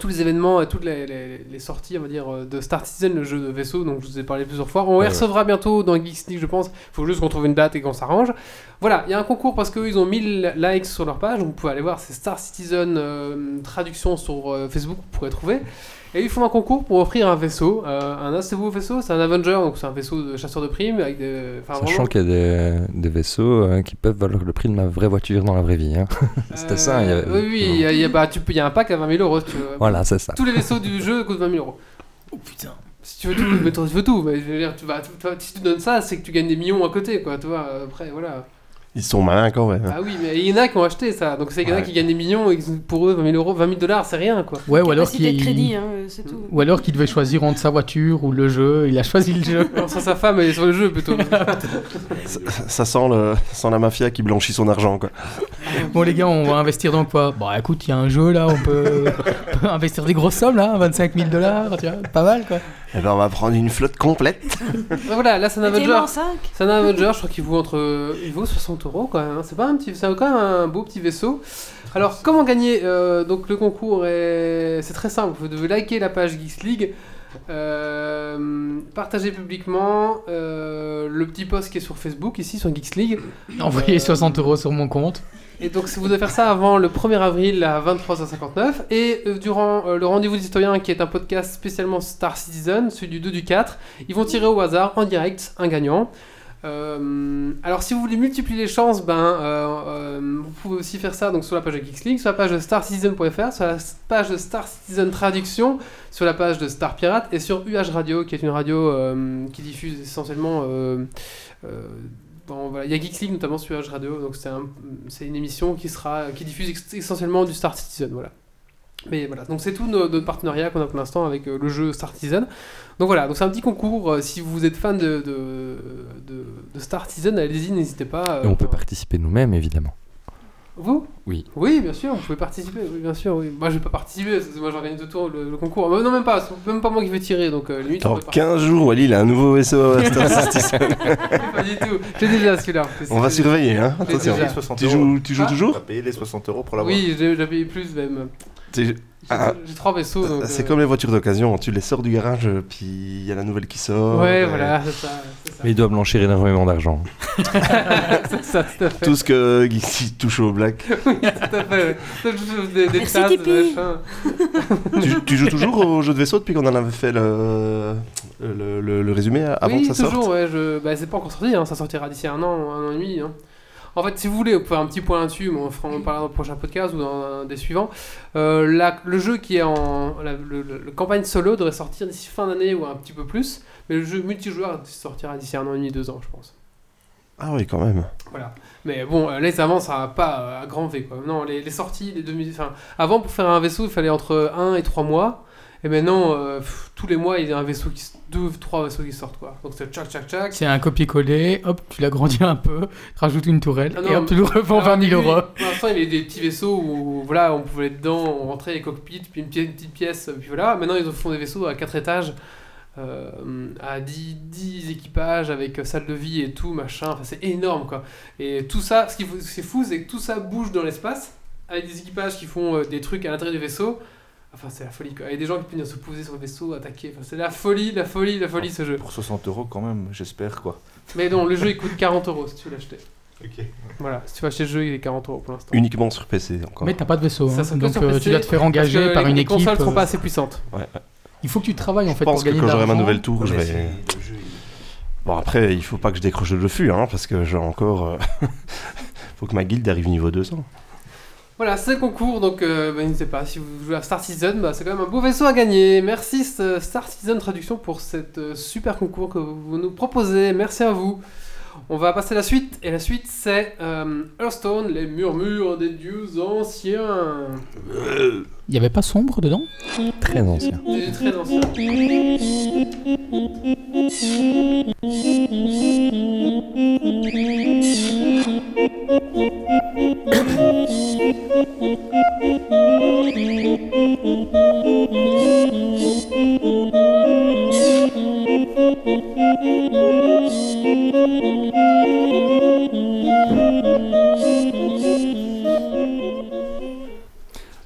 tous les événements et toutes les, les- les sorties, on va dire, euh, de Star Citizen, le jeu de vaisseau, donc je vous ai parlé plusieurs fois. On Ouais, les recevra bientôt dans Geeks League, je pense. Il faut juste qu'on trouve une date et qu'on s'arrange. Voilà, il y a un concours parce qu'eux, ils ont 1000 likes sur leur page. Donc vous pouvez aller voir, c'est Star Citizen euh, Traduction sur euh, Facebook, vous pourrez trouver. Et ils font un concours pour offrir un vaisseau. Euh, un assez beau vaisseau, c'est un Avenger, donc c'est un vaisseau de chasseur de primes. Avec des... enfin, Sachant Ah, vraiment, qu'il y a des, des vaisseaux euh, qui peuvent valoir le prix de ma vraie voiture dans la vraie vie. hein. C'était ça, il y euh, avait- Oui, oui, il y a- il y, a- bah, tu peux- il y a un pack à 20 000 euros. si tu veux. Voilà, c'est ça. Tous les vaisseaux du jeu coûtent 20 000 euros. Oh putain. Si tu veux tout, mais toi, tu veux tout. Mais je veux dire, tu vas, tu- toi, si tu donnes ça, c'est que tu gagnes des millions à côté, quoi. Tu vois, après, voilà. Ils sont malins quand même. Ah oui, mais il y en a qui ont acheté ça. Donc, c'est qu'il y en a Ouais. qui gagnent des millions et que pour eux, 20 000 euros, 20 000 dollars, c'est rien, quoi. Ouais, ou alors Capacité de crédit, qu'il hein, euh, c'est tout. ou alors qu'il devait choisir entre sa voiture ou le jeu. Il a choisi le jeu. Non, sur sa femme et sur le jeu plutôt. Ça, ça sent, le, ça sent la mafia qui blanchit son argent. Quoi. Bon les gars, on va investir dans quoi Bah écoute, il y a un jeu là, on peut, on peut investir des grosses sommes là, 25 000 dollars, tu vois, pas mal quoi. Eh ben, on va prendre une flotte complète. Donc voilà, là, c'est un Mais t'es Avenger. en 5 C'est un Avenger, je crois qu'il vaut entre. Il vaut 60 euros quand même. hein. C'est pas un petit. C'est quand même un beau petit vaisseau. Alors, comment gagner Euh, Donc, le concours est. C'est très simple. Vous devez liker la page Geeks League. euh, partager publiquement euh, le petit post qui est sur Facebook ici sur Geeks League Envoyer Euh, 60 euros sur mon compte. et donc si vous devez faire ça avant le 1er avril à 23h59 et euh, durant euh, le rendez-vous des citoyens qui est un podcast spécialement Star Citizen, celui du 2 du 4, ils vont tirer au hasard en direct un gagnant. Euh, alors si vous voulez multiplier les chances, ben, euh, euh, vous pouvez aussi faire ça donc, sur la page de Geeks League, sur la page de starcitizen.fr, sur la page de Star Citizen Traduction, sur la page de Star Pirate et sur UH Radio qui est une radio euh, qui diffuse essentiellement... euh, euh, bon, voilà. Il y a Geeks League notamment sur UH Radio, donc c'est un- c'est une émission qui, sera, qui diffuse ex- essentiellement du Star Citizen. Voilà. Mais voilà, donc c'est tout nos- notre partenariat qu'on a pour l'instant avec euh, le jeu Star Citizen. Donc voilà, donc c'est un petit concours. euh, si vous êtes fan de, de, de, de Star Citizen, allez-y, n'hésitez pas. euh, Et on peut enfin, participer nous-mêmes, évidemment. vous Oui. Oui, bien sûr, vous pouvez participer, oui, bien sûr. Oui. Moi, je vais pas participer, parce que moi, j'organise autour le, le concours. Mais non, même pas, c'est même pas moi qui vais tirer, donc euh, limite, on Dans peut pas- 15 jours, Wally, il a un nouveau vaisseau. à Star Citizen. pas du tout. J'ai déjà celui-là. on va C'est- surveiller. Hein. c'est Attention. déjà. Tu joues, tu joues Ah. toujours T'as payé les 60 euros pour l'avoir. Oui, j'ai j'ai payé plus même. T'es- J'ai Ah. j'ai trois vaisseaux. donc, C'est euh, comme les voitures d'occasion, tu les sors du garage, euh, puis il y a la nouvelle qui sort. Ouais, euh, voilà, c'est ça. c'est ça. Mais il doit blanchir énormément d'argent. C'est ça, tout à fait. Tout ce que qui touche au black. Tout à fait, ouais. Ça, je trouve Des, des Merci, tasses, Tipeee. machin. tu, tu joues toujours au jeu de vaisseau depuis qu'on en avait fait le, le, le- le résumé avant oui, que ça toujours, sorte ouais. Je... Bah, c'est pas encore sorti, hein, ça sortira d'ici un an, un an et demi. hein. En fait, si vous voulez, on peut faire un petit point là-dessus, mais on fera en parlera dans le prochain podcast ou dans un des suivants. Euh, la- le jeu qui est en. la- le, le- le campagne solo devrait sortir d'ici fin d'année ou un petit peu plus, mais le jeu multijoueur sortira d'ici un an et demi, deux ans, je pense. Ah oui, quand même. Voilà. Mais bon, euh, les avances à pas euh, à grand V quoi. Non, les, les sorties, les demi. Enfin, avant pour faire un vaisseau, il fallait entre 1 et 3 mois. Et maintenant, euh, pff, tous les mois, il y a un vaisseau qui. s- deux, trois vaisseaux qui sortent quoi. Donc c'est tchac tchac tchac. C'est un copier-coller, hop, tu l'agrandis un peu, tu rajoutes une tourelle Ah non, et hop, tu le revends Alors, 20 000 lui, euros. Pour l'instant, il y avait des petits vaisseaux où voilà, on pouvait aller dedans, on rentrait les cockpits, puis une, pi- une petite pièce, puis voilà. Maintenant, ils font des vaisseaux à 4 étages, euh, à 10, 10 équipages, avec euh, salle de vie et tout, machin. Enfin, c'est énorme, quoi. Et tout ça, ce qui faut- ce qui est fou, c'est que tout ça bouge dans l'espace, avec des équipages qui font euh, des trucs à l'intérieur du vaisseau. Enfin, c'est la folie, quoi. Et des gens qui peuvent venir se poser sur le vaisseau, attaquer. Enfin, c'est la folie, la folie, la folie, ce jeu. Pour 60 euros quand même, j'espère quoi. Mais non, le jeu, il coûte 40 euros si tu veux l'acheter. Ok. Voilà, si tu veux acheter le jeu, il est 40 euros pour l'instant. Uniquement sur PC encore. Mais t'as pas de vaisseau, Ça hein. sort que donc sur euh, PC, tu dois te faire Parce que engager par les- une les équipe. consoles sont pas euh, assez puissantes. Il faut que tu travailles en je fait pense pour que gagner quand de j'aurai ma l'argent. nouvelle tour, je vais. Bon, après, il faut pas que je décroche le flux, hein, parce que j'ai encore. euh, Faut que ma guilde arrive niveau 200. Voilà, c'est le concours, donc euh, bah, n'hésitez pas, si vous jouez à Star Citizen, bah, c'est quand même un beau vaisseau à gagner. Merci euh, Star Citizen Traduction pour cette euh, super concours que vous nous proposez, merci à vous. On va passer à la suite, et la suite c'est euh, Hearthstone, les murmures des dieux anciens. Il y avait pas sombre dedans Très ancien. C'est très ancien.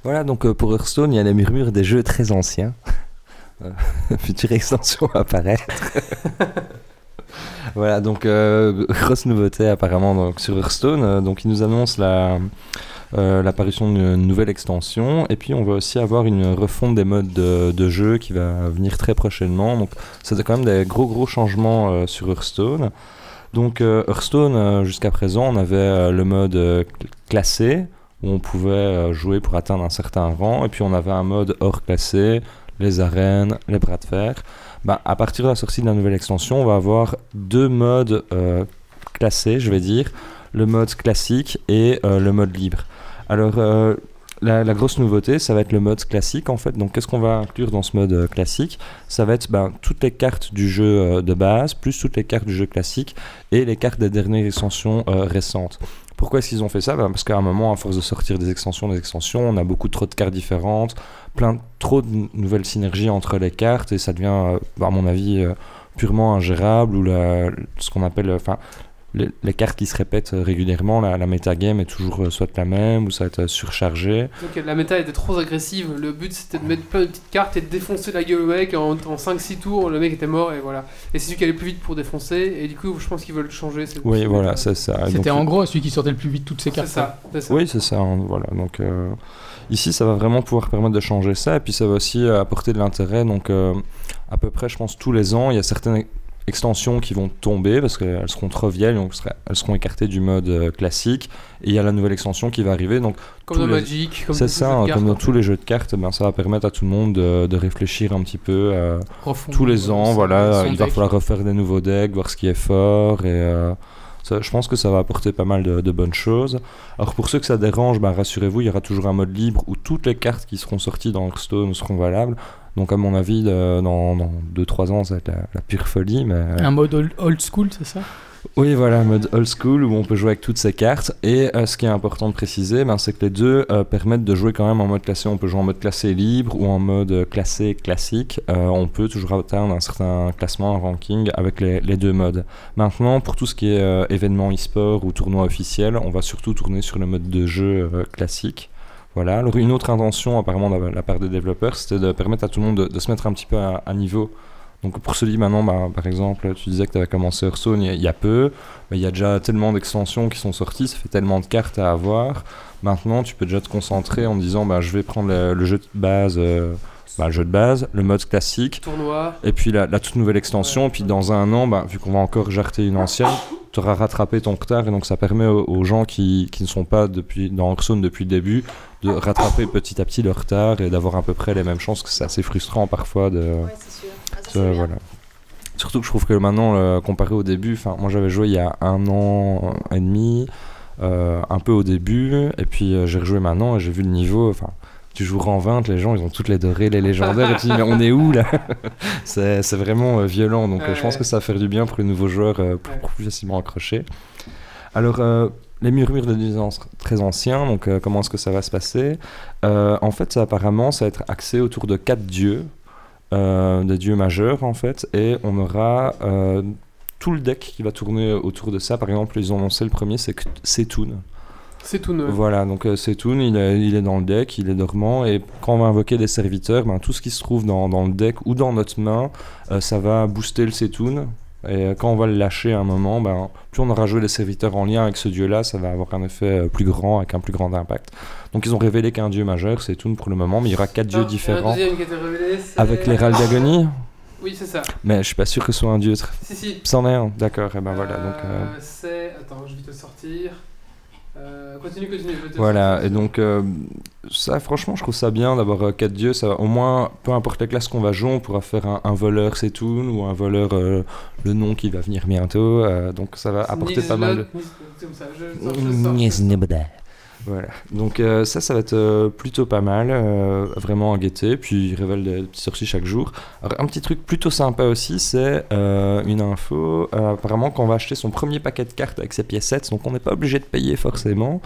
Voilà, donc euh, pour Hearthstone, il y a les murmures des jeux très anciens. Euh, Future extension va apparaître. voilà, donc euh, grosse nouveauté apparemment donc, sur Hearthstone. Euh, donc il nous annonce la, euh, l'apparition d'une nouvelle extension. Et puis on va aussi avoir une refonte des modes de, de jeu qui va venir très prochainement. Donc c'est quand même des gros gros changements euh, sur Hearthstone. Donc euh, Hearthstone, euh, jusqu'à présent, on avait euh, le mode euh, cl- classé, où on pouvait euh, jouer pour atteindre un certain rang, et puis on avait un mode hors classé, les arènes, les bras de fer. Ben, à partir de la sortie de la nouvelle extension, on va avoir deux modes euh, classés, je vais dire, le mode classique et euh, le mode libre. Alors, euh, la, la grosse nouveauté, ça va être le mode classique en fait. Donc, qu'est-ce qu'on va inclure dans ce mode euh, classique Ça va être ben, toutes les cartes du jeu euh, de base, plus toutes les cartes du jeu classique et les cartes des dernières extensions euh, récentes. Pourquoi est-ce qu'ils ont fait ça Ben, Parce qu'à un moment, à force de sortir des extensions, des extensions, on a beaucoup trop de cartes différentes, plein de- trop de n- nouvelles synergies entre les cartes, et ça devient, euh, à mon avis, euh, purement ingérable, ou la, ce qu'on appelle... euh, 'fin, les, les cartes qui se répètent euh, régulièrement, la, la metagame est toujours euh, soit la même, ou ça va être euh, surchargé. Donc la méta était trop agressive, le but c'était de mettre plein de petites cartes et de défoncer la gueule au mec en, en 5-6 tours, le mec était mort et voilà. Et c'est celui qui allait le plus vite pour défoncer, et du coup je pense qu'ils veulent changer. c'est- Oui, c'est- voilà, c'est ça. Et C'était donc, euh, en gros celui qui sortait le plus vite toutes ces C'est cartes. ça, c'est ça. Oui, c'est ça. hein, Voilà. Donc euh, ici, ça va vraiment pouvoir permettre de changer ça, et puis ça va aussi euh, apporter de l'intérêt. Donc euh, à peu près, je pense tous les ans, il y a certaines e- extensions qui vont tomber parce qu'elles seront trop vieilles, donc sera- elles seront écartées du mode euh, classique. Et il y a la nouvelle extension qui va arriver. Donc Comme dans tous les- Magic, comme c'est dans ça, tous les hein, jeux de comme dans cartes. tous les jeux de cartes, ben, ça va permettre à tout le monde de, de réfléchir un petit peu. euh, Refondre tous les ans, son- voilà, son il va deck. falloir refaire des nouveaux decks, voir ce qui est fort, et euh, ça, je pense que ça va apporter pas mal de, de bonnes choses. Alors pour ceux que ça dérange, bah, rassurez-vous, il y aura toujours un mode libre où toutes les cartes qui seront sorties dans Hearthstone seront valables. Donc à mon avis, de- dans 2-3 ans, ça va être la, la pure folie, mais... euh, Un mode old, old school, c'est ça Oui, voilà, mode old school où on peut jouer avec toutes ces cartes. Et euh, ce qui est important de préciser, ben, c'est que les deux euh, permettent de jouer quand même en mode classé. On peut jouer en mode classé libre ou en mode euh, classé classique. Euh, on peut toujours atteindre un certain classement, un ranking avec les, les deux modes. Maintenant, pour tout ce qui est euh, événement e-sport ou tournoi officiel, on va surtout tourner sur le mode de jeu euh, classique. Voilà. Alors, une autre intention, apparemment, de la- la part des développeurs, c'était de permettre à tout le monde de, de se mettre un petit peu à, à niveau. Donc, pour celui maintenant, bah, par exemple, tu disais que tu avais commencé Hearthstone il y a- il y a peu. Mais il y a déjà tellement d'extensions qui sont sorties, ça fait tellement de cartes à avoir. Maintenant, tu peux déjà te concentrer en disant bah, je vais prendre le, le jeu de base, euh, bah, le jeu de base, le mode classique, tournoi. et puis la, la toute nouvelle extension. Ouais. Et puis dans un an, bah, vu qu'on va encore jarter une ancienne, tu auras rattrapé ton retard. Et donc ça permet aux, aux gens qui, qui ne sont pas depuis, dans Hearthstone depuis le début de rattraper petit à petit leur retard et d'avoir à peu près les mêmes chances. parce que C'est assez frustrant parfois de. Ouais, c'est sûr. Ah, ça, c'est Euh, bien. voilà. Surtout que je trouve que maintenant, euh, comparé au début, enfin, moi j'avais joué il y a un an et demi, euh, un peu au début, et puis euh, j'ai rejoué maintenant et j'ai vu le niveau. Enfin, tu joues en 20, les gens ils ont toutes les dorées, les légendaires, et tu dis mais on est où là C'est c'est vraiment euh, violent, donc euh, je pense Ouais. que ça va faire du bien pour les nouveaux joueurs euh, pour, Ouais. pour plus facilement accrocher. Alors, euh, les murmures de nuisance très anciens, donc euh, comment est-ce que ça va se passer Euh, En fait, ça, apparemment, ça va être axé autour de quatre dieux, euh, des dieux majeurs en fait, et on aura euh, tout le deck qui va tourner autour de ça. Par exemple, ils ont annoncé le premier, c'est Kt- Setun. C'est tout neuf. Voilà, donc euh, Setun, il, est- il est dans le deck, il est dormant, et quand on va invoquer des serviteurs, ben, tout ce qui se trouve dans, dans le deck ou dans notre main, euh, ça va booster le Setun. Et euh, quand on va le lâcher à un moment, ben, plus on aura joué les serviteurs en lien avec ce dieu-là, ça va avoir un effet euh, plus grand, avec un plus grand impact. Donc ils ont révélé qu'un dieu majeur, Setun pour le moment, mais il y aura quatre Ah, et dieux un différents. deuxième qui a été révélé, c'est- Avec l'Héral d'Agonie Oui, c'est ça. Mais je suis pas sûr que ce soit un dieu. Si, si. C'en est un, d'accord, et ben voilà. Euh, Donc, euh, C'est. Attends, je vais te le sortir. Euh, continue, continue. je te- Voilà, et donc euh, ça, franchement, je trouve ça bien d'avoir euh, quatre dieux. Ça, va- au moins, peu importe la classe qu'on va jouer, on pourra faire un, un voleur, c'est tout, ou un voleur, euh, le nom qui va venir bientôt. euh, donc ça Ah, va apporter pas mal de. Nice Lot, Nice- comme ça, je- je sors, je sors, je sors. Voilà, donc euh, ça, ça va être euh, plutôt pas mal, euh, vraiment à guetter. Puis il révèle des petits sorties chaque jour. Alors, un petit truc plutôt sympa aussi, c'est euh, une info. euh, apparemment, quand on va acheter son premier paquet de cartes avec ses piécettes, donc on n'est pas obligé de payer forcément.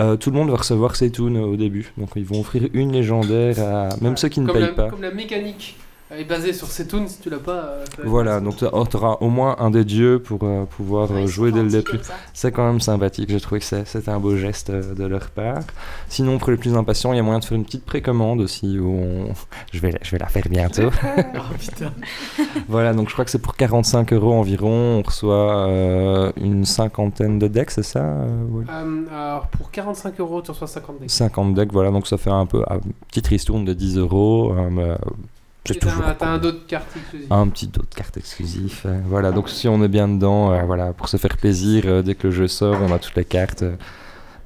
euh, tout le monde va recevoir ses tunes au début. Donc ils vont offrir une légendaire à même Voilà. ceux qui ne Comme la- payent pas. Comme la mécanique euh, est basée sur ces tunes, si tu l'as pas. euh, ça va être- Voilà, donc tu auras au moins un des dieux pour euh, pouvoir euh, Ouais, ils sont jouer dès le gentils début. comme ça. C'est quand même sympathique, j'ai trouvé que c'est- c'était un beau geste euh, de leur part. Sinon, pour les plus impatients, il y a moyen de faire une petite précommande aussi. Où on- je, vais, la- je vais la faire bientôt. Oh putain. voilà, donc je crois que c'est pour 45 euros environ. On reçoit euh, une cinquantaine de decks, c'est ça euh, Ah Wally Euh, alors, pour 45 euros, tu reçois 50 decks. 50 decks, voilà, donc ça fait un peu un petite ristourne de 10 euros. euh, mais, euh, c'est Et toujours T'as t'as un cool. dos de cartes exclusives. un petit dos de cartes exclusif. euh, voilà, donc si on est bien dedans, euh, voilà, pour se faire plaisir, euh, dès que le jeu sort, on a toutes les cartes. euh.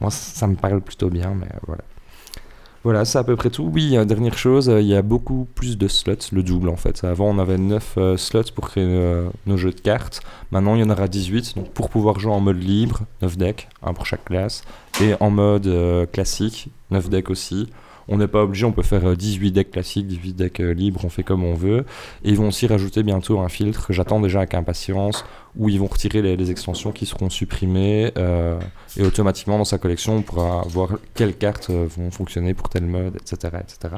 moi, ça, ça me parle plutôt bien, mais euh, voilà. Voilà, c'est à peu près tout. Oui, euh, dernière chose, euh, il y a beaucoup plus de slots, le double en fait. Avant, on avait 9 slots pour créer euh, nos jeux de cartes. Maintenant, il y en aura 18. Donc, pour pouvoir jouer en mode libre, 9 decks, un pour chaque classe. Et en mode euh, classique, 9 decks aussi. On n'est pas obligé, on peut faire euh, 18 decks classiques, 18 decks euh, libres, on fait comme on veut. Et ils vont aussi rajouter bientôt un filtre que j'attends déjà avec impatience, où ils vont retirer les, les extensions qui seront supprimées. euh, et automatiquement, dans sa collection, on pourra voir quelles cartes euh, vont fonctionner pour tel mode, etc. etc.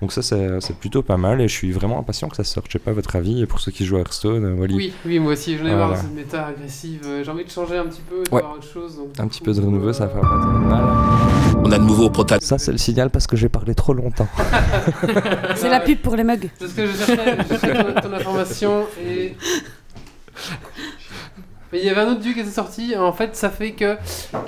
Donc ça, c'est c'est plutôt pas mal. Et je suis vraiment impatient que ça sorte. Je sais pas votre avis. Et pour ceux qui jouent à Hearthstone, euh, Wally, Oui, oui, moi aussi, j'en ai marre de Voilà. cette méta agressive. euh, J'ai envie de changer un petit peu, de Ouais. Ah. voir autre chose. donc, un du petit coup, peu de renouveau, ça euh, fera pas de mal. On a de nouveaux protagonistes. Ça, c'est le signal parce que j'ai parlé trop longtemps. C'est la pub pour les mugs. C'est ce que je cherchais, je cherchais ton, ton information et. Mais il y avait un autre dieu qui était sorti, en fait ça fait que.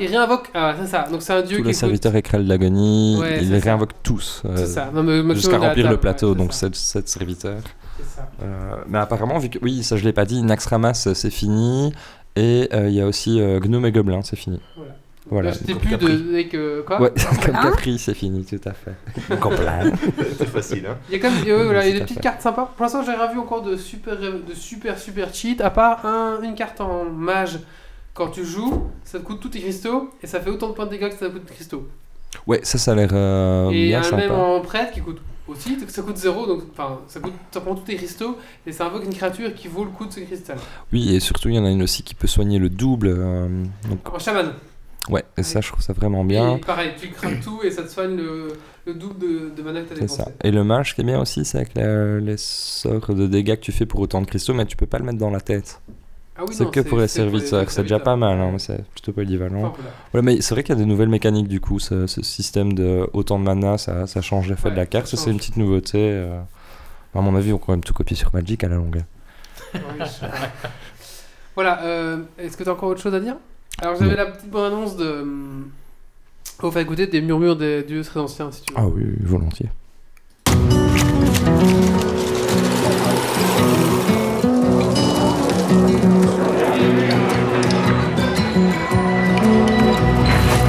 Il réinvoque. Ah, c'est ça, donc c'est un dieu Tous qui. les écoute- serviteurs écrèlent l'agonie. Ouais, ils c'est les ça. réinvoquent tous. euh, C'est ça, non, mais maximum Jusqu'à de la remplir table, le plateau, ouais, c'est donc ça, 7, serviteurs. c'est ça. Euh, mais apparemment, vu que. Oui, ça je l'ai pas dit, Naxxramas euh, c'est fini. Et euh, il y a aussi euh, Gnome et Gobelin, c'est fini. Voilà. Voilà. Là, j'étais Comme plus Capri. de. avec, euh, quoi Ouais, comme Capri, c'est fini, tout à fait. C'est facile, hein. Il y a quand même ouais, voilà, il y a Tout des à petites fait. cartes sympas. Pour l'instant, j'ai rien vu encore de super, de super, super cheat, à part un- une carte en mage. Quand tu joues, ça te coûte tous tes cristaux et ça fait autant de points de dégâts que ça te coûte de cristaux. Ouais, ça, ça a l'air euh, et bien un sympa. même en prêtre qui coûte aussi, donc ça coûte zéro, donc enfin ça coûte, ça prend tous tes cristaux et ça invoque une créature qui vaut le coup de ce cristal. Oui, et surtout, il y en a une aussi qui peut soigner le double. euh, donc, En chaman. ouais, et ça, je trouve ça vraiment bien. Et pareil, tu crames tout et ça te soigne le, le double de, de mana que t'as C'est ça. dépensé. Et le mage, ce qui est bien aussi, c'est avec la- les sorts de dégâts que tu fais pour autant de cristaux, mais tu peux pas le mettre dans la tête. Ah oui, c'est non, que pour les c'est pour serviteurs, c'est déjà serviteurs. pas mal, hein, mais c'est plutôt polyvalent. Enfin, voilà. Voilà, mais c'est vrai qu'il y a des nouvelles mécaniques du coup. Ce, ce système de autant de mana, ça, ça change l'effet Ouais, de la ça carte. Ça, c'est change. une petite nouveauté. euh. À mon avis, on va quand même tout copier sur Magic à la longue. Oui, je- voilà, euh, est-ce que tu as encore autre chose à dire Alors j'avais Non. la petite bonne annonce de... hum, Au fait écouter des murmures des dieux très anciens si tu veux. Ah oui, oui, volontiers.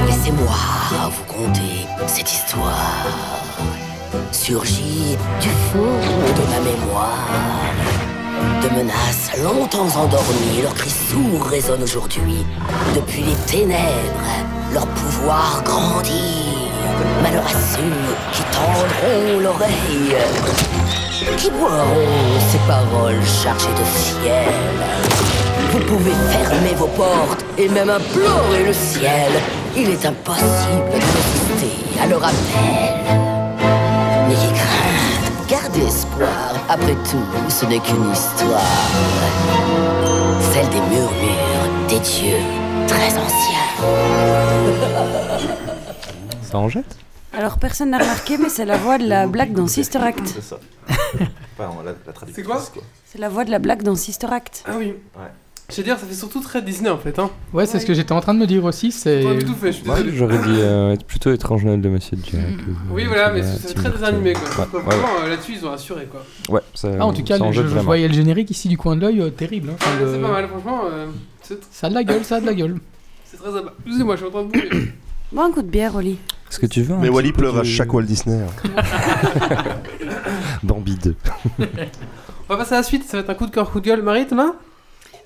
Laissez-moi vous conter cette histoire. Surgit du fond de ma mémoire. De menaces longtemps endormies, leurs cris sourds résonnent aujourd'hui. Depuis les ténèbres, leur pouvoir grandit. Malheur à ceux qui tendront l'oreille, qui boiront ces paroles chargées de fiel. Vous pouvez fermer vos portes et même implorer le ciel. Il est impossible de résister à leur appel. N'ayez crainte, gardez espoir. Après tout, ce n'est qu'une histoire. Celle des murmures des dieux très anciens. Ça en jette Alors personne n'a remarqué, mais c'est la voix de la blague dans Sister Act. C'est ça. Pardon, la, la traduction. C'est quoi C'est la voix de la blague dans Sister Act. Ah oui. Ouais. Je veux dire, ça fait surtout très Disney en fait. Hein. Ouais, c'est ce que j'étais en train de me dire aussi. C'est. Pas du tout fait, je suis Ouais, désolé. Hmm. J'aurais dit euh, être plutôt étrange Noël de Monsieur Jack. euh, Oui, voilà, mais euh, c'est c'est très très animé quoi. Ouais, Donc, ouais, ouais. vraiment, euh, Là-dessus, ils ont assuré quoi. Ouais, ça, Ah, en tout cas, ça le- je, jette je vraiment. voyais le générique ici du coin de l'œil, euh, terrible. hein. Enfin, le- C'est pas mal, franchement. euh, c'est- Ça a de la gueule, ça a de la gueule. c'est- C'est très sympa. Excusez-moi, je suis en train de bouger. Bon, un coup de bière, Oli. Est-ce que tu veux un Mais petit Wally peu pleure à de- chaque Walt Disney. hein. Bambi 2. On va passer à la suite, ça va être un coup de cœur, coup de gueule. Marie, t'en as un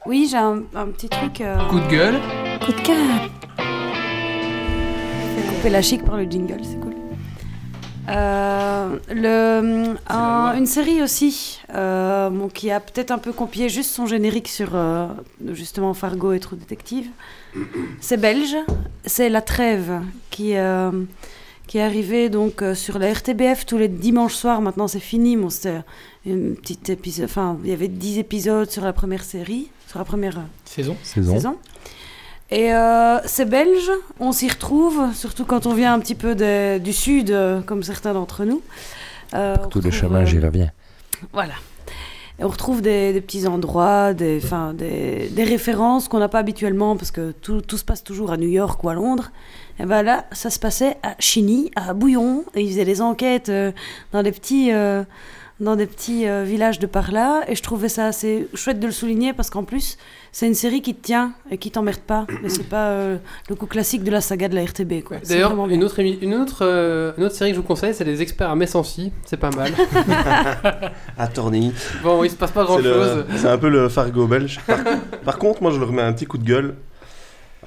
Oui, j'ai un, un petit truc. euh, Coup de gueule. Coup de cœur. Couper la chic par le jingle, c'est cool. Euh, le, un- une série aussi euh, bon, qui a peut-être un peu copié juste son générique sur euh, justement Fargo et True Detective. C'est belge, c'est La Trêve qui, euh, qui est arrivée donc euh, sur la RTBF tous les dimanches soirs. Maintenant c'est fini, bon, c'était une petite épisode. Enfin, il y avait 10 épisodes sur la première série, sur la première euh, Saison. Saison. saison. Et euh, c'est belge, on s'y retrouve, surtout quand on vient un petit peu des- du sud, euh, comme certains d'entre nous. Euh, on Tous retrouve, les chemins, euh, j'y reviens. Voilà. Et on retrouve des, des petits endroits, des, enfin, des, des références qu'on n'a pas habituellement, parce que tout, tout se passe toujours à New York ou à Londres. Et ben là, ça se passait à Chigny, à Bouillon, et ils faisaient des enquêtes euh, dans des petits, euh, dans des petits euh, villages de par là. Et je trouvais ça assez chouette de le souligner, parce qu'en plus, c'est une série qui te tient et qui t'emmerde pas. Mais c'est pas euh, le coup classique de la saga de la RTB, quoi. C'est D'ailleurs, vraiment bien. une autre, émi- une, autre, euh, une autre série que je vous conseille, c'est Les Experts à Messancy. C'est pas mal. Attorney. bon, il se passe pas grand C'est chose. le- c'est un peu le Fargo belge. Par, par contre, moi, je leur mets un petit coup de gueule.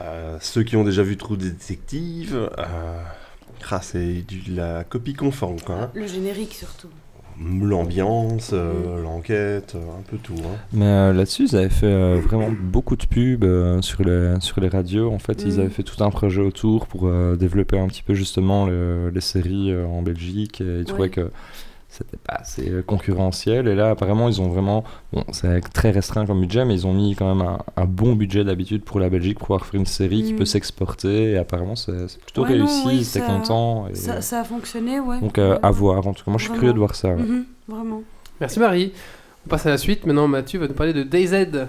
Euh, ceux qui ont déjà vu Trou Détective, euh, ah, c'est de la copie conforme, quoi. hein. Le générique, surtout. L'ambiance, euh, l'enquête, euh, un peu tout. hein. Mais euh, là-dessus, ils avaient fait euh, vraiment beaucoup de pubs euh, sur, les, sur les radios. En fait, ils Mm. avaient fait tout un projet autour pour euh, développer un petit peu justement le- les séries euh, en Belgique. Et ils trouvaient Ouais. que c'était pas assez euh, concurrentiel. Et là, apparemment, ils ont vraiment. Bon, c'est très restreint comme budget, mais ils ont mis quand même un, un bon budget d'habitude pour la Belgique pour avoir fait une série qui Mm. peut s'exporter. Et apparemment, c'est c'est plutôt Ouais, non, réussi. oui, ils étaient ça- contents. et, Ça, euh, ça a fonctionné, ouais. donc, euh, à Vraiment. voir. En tout cas, moi, je suis Vraiment. curieux de voir ça. ouais. Mhm, vraiment. Merci Marie. On passe à la suite. Maintenant, Mathieu va nous parler de DayZ.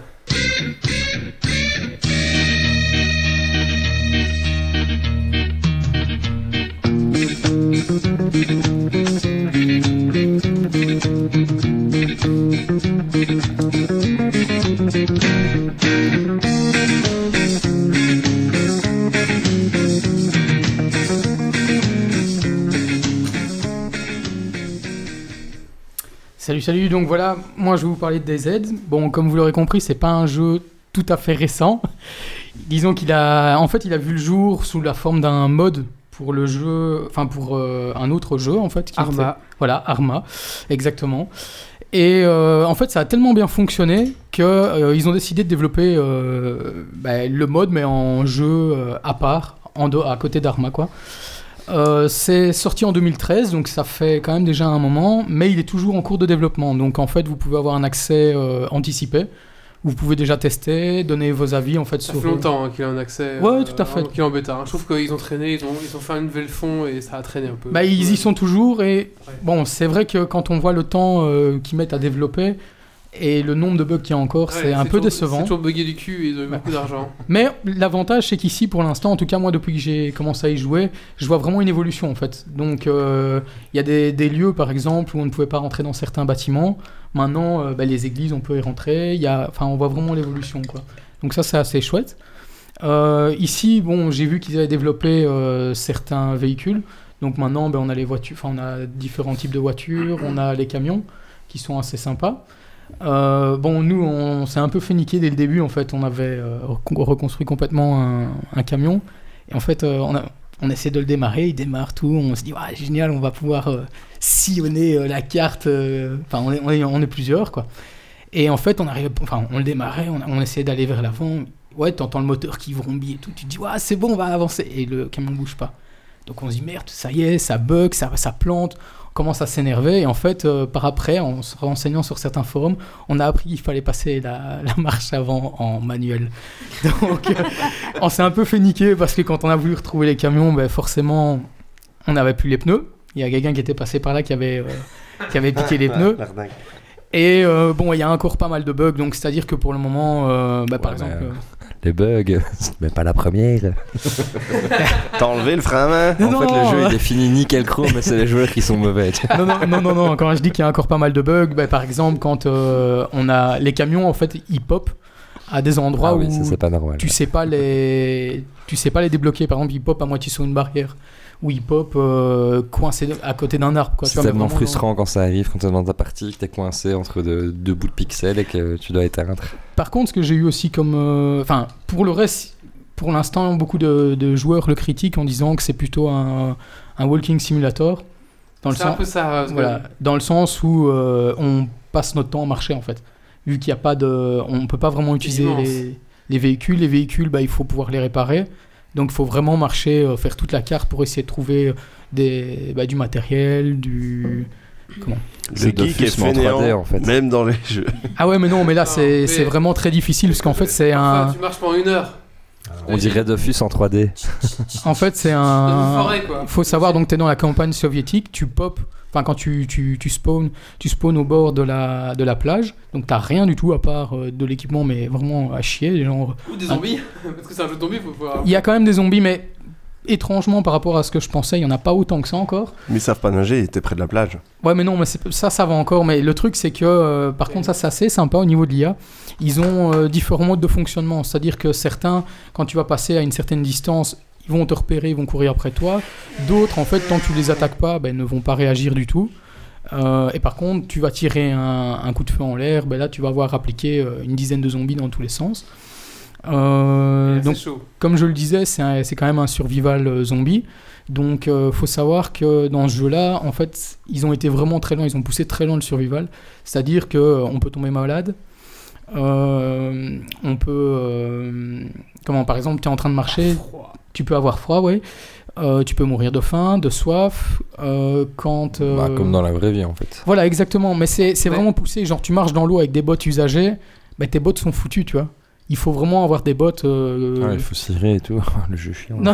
Salut, salut. Donc voilà, moi je vais vous parler de DayZ. Bon, comme vous l'aurez compris, c'est pas un jeu tout à fait récent. Disons qu'il a, en fait, il a vu le jour sous la forme d'un mode pour le jeu, enfin pour euh, un autre jeu en fait. qui était- Arma. Voilà, Arma, exactement. Et euh, en fait, ça a tellement bien fonctionné que euh, ils ont décidé de développer euh, bah, le mode, mais en jeu euh, à part, en do- à côté d'Arma, quoi. Euh, c'est sorti en 2013, donc ça fait quand même déjà un moment, mais il est toujours en cours de développement. Donc en fait, vous pouvez avoir un accès euh, anticipé. Vous pouvez déjà tester, donner vos avis en fait Ça sur. euh, fait longtemps hein, qu'il a un accès. Ouais, tout à fait. vraiment Qu'il est en bêta. hein. Je trouve qu'ils ont traîné, ils ont, ils ont fait une nouvelle fond et ça a traîné un peu. Bah, ils y sont toujours et Ouais. bon, c'est vrai que quand on voit le temps euh, qu'ils mettent à développer et le nombre de bugs qu'il y a encore, Ouais, c'est un peu toujours- C'est décevant. toujours bugué du cul et ils ont eu Ouais. beaucoup d'argent. Mais l'avantage, c'est qu'ici, pour l'instant, en tout cas moi, depuis que j'ai commencé à y jouer, je vois vraiment une évolution en fait. Donc, euh, il y a des, des lieux, par exemple, où on ne pouvait pas rentrer dans certains bâtiments. Maintenant, euh, bah, les églises, on peut y rentrer. Il y a, enfin, on voit vraiment l'évolution, quoi. Donc ça, c'est assez chouette. Euh, ici, bon, j'ai vu qu'ils avaient développé euh, certains véhicules. Donc maintenant, ben, on a les voitures, enfin, on a différents types de voitures, on a les camions qui sont assez sympas. Euh, bon, nous, on s'est un peu fait niquer dès le début. En fait, on avait euh, recon- reconstruit complètement un, un camion. Et en fait, euh, on, a- on essaie de le démarrer, il démarre tout. On se dit, ouais, génial, on va pouvoir euh, sillonner euh, la carte. euh, Enfin, on est- on, est, on est plusieurs, quoi. Et en fait, on arrivait, enfin, on le démarrait, on, on essayait d'aller vers l'avant. Ouais, t'entends le moteur qui vrombit et tout. Tu te dis, ouais, c'est bon, on va avancer. Et le camion ne bouge pas. Donc on se dit, merde, ça y est, ça bug, ça, ça plante. On commence à s'énerver. Et en fait, euh, par après, en se renseignant sur certains forums, on a appris qu'il fallait passer la, la marche avant en manuel. Donc, euh, on s'est un peu fait niquer parce que quand on a voulu retrouver les camions, ben, forcément, on n'avait plus les pneus. Il y a quelqu'un qui était passé par là qui avait, euh, qui avait piqué les Ah, pneus. l'arnaque. Et euh, bon, il y a encore pas mal de bugs, donc c'est-à-dire que pour le moment, euh, bah, par Ouais, exemple, mais, euh, Les bugs, mais pas la première. T'as enlevé le frein à main Non, en fait, non, le jeu euh. il définit nickel chrome, mais c'est les joueurs qui sont mauvais. tu vois. non, non, non, non, non, quand je dis qu'il y a encore pas mal de bugs, bah, par exemple, quand euh, on a les camions, en fait, ils pop à des endroits ah où oui, ça c'est pas normal. tu sais pas les tu sais pas les débloquer par exemple ils pop à moitié sur une barrière ou ils pop euh, coincé à côté d'un arbre quoi C'est Tu vois, mais tellement vraiment, frustrant quand ça arrive, quand t'es dans ta partie, que t'es coincé entre deux, deux bouts de pixels et que tu dois éteindre. Par contre, ce que j'ai eu aussi comme. euh, Enfin, pour le reste, pour l'instant, beaucoup de, de joueurs le critiquent en disant que c'est plutôt un, un walking simulator. Dans le, C'est un sens, peu ça. euh, ce voilà, que- dans le sens où euh, on passe notre temps à marcher, en fait. Vu qu'il n'y a pas de. On peut pas vraiment utiliser immense. les, les véhicules. Les véhicules, bah, il faut pouvoir les réparer. Donc, il faut vraiment marcher, euh, faire toute la carte pour essayer de trouver euh, des, bah, du matériel, du. C'est Le geek Dofus, est mais en 3D, fainéant, en fait. même dans les jeux. Ah ouais, mais non, mais là, Non, c'est mais- c'est vraiment très difficile parce qu'en fait, c'est Enfin, un. Ah, Tu marches pendant une heure. On dirait Dofus en 3D. En fait, c'est Dans une un. forêt, quoi. Il faut savoir, donc tu es dans la campagne soviétique, tu pop, enfin quand tu, tu, tu spawns, tu spawns au bord de la, de la plage, donc t'as rien du tout à part euh, de l'équipement, mais vraiment à chier. Genre... Ou des zombies. Parce que c'est un jeu de zombies, faut pouvoir. Ah. Il y a quand même des zombies, mais étrangement par rapport à ce que je pensais, il n'y en a pas autant que ça encore. Mais ils savent pas nager, ils étaient près de la plage. Ouais, mais non, mais c'est- ça, ça va encore, mais le truc c'est que, euh, par contre, ça, c'est assez sympa au niveau de l'IA. Ils ont euh, différents modes de fonctionnement, c'est-à-dire que certains, quand tu vas passer à une certaine distance, ils vont te repérer, ils vont courir après toi. D'autres, en fait, tant que tu les attaques pas, ben, ne vont pas réagir du tout. Euh, et par contre, tu vas tirer un, un coup de feu en l'air, ben là, tu vas avoir appliqué euh, une dizaine de zombies dans tous les sens. Euh, Et là, donc, C'est chaud. comme je le disais, c'est un- c'est quand même un survival euh, zombie. Donc, euh, faut savoir que dans ce jeu-là, en fait, ils ont été vraiment très loin. Ils ont poussé très loin le survival. C'est-à-dire que euh, on peut tomber malade. euh, on peut, euh, comment, par exemple, tu es en train de marcher, tu peux avoir froid, oui. tu peux mourir de faim, de soif. euh, quand euh, Bah, comme dans la vraie vie en fait. voilà, exactement. Mais c'est c'est Ouais. vraiment poussé. Genre, tu marches dans l'eau avec des bottes usagées, bah, tes bottes sont foutues, tu vois. Il faut vraiment avoir des bottes. euh, Ouais, Ah, il faut cirer et tout. Le jeu chiant. Non,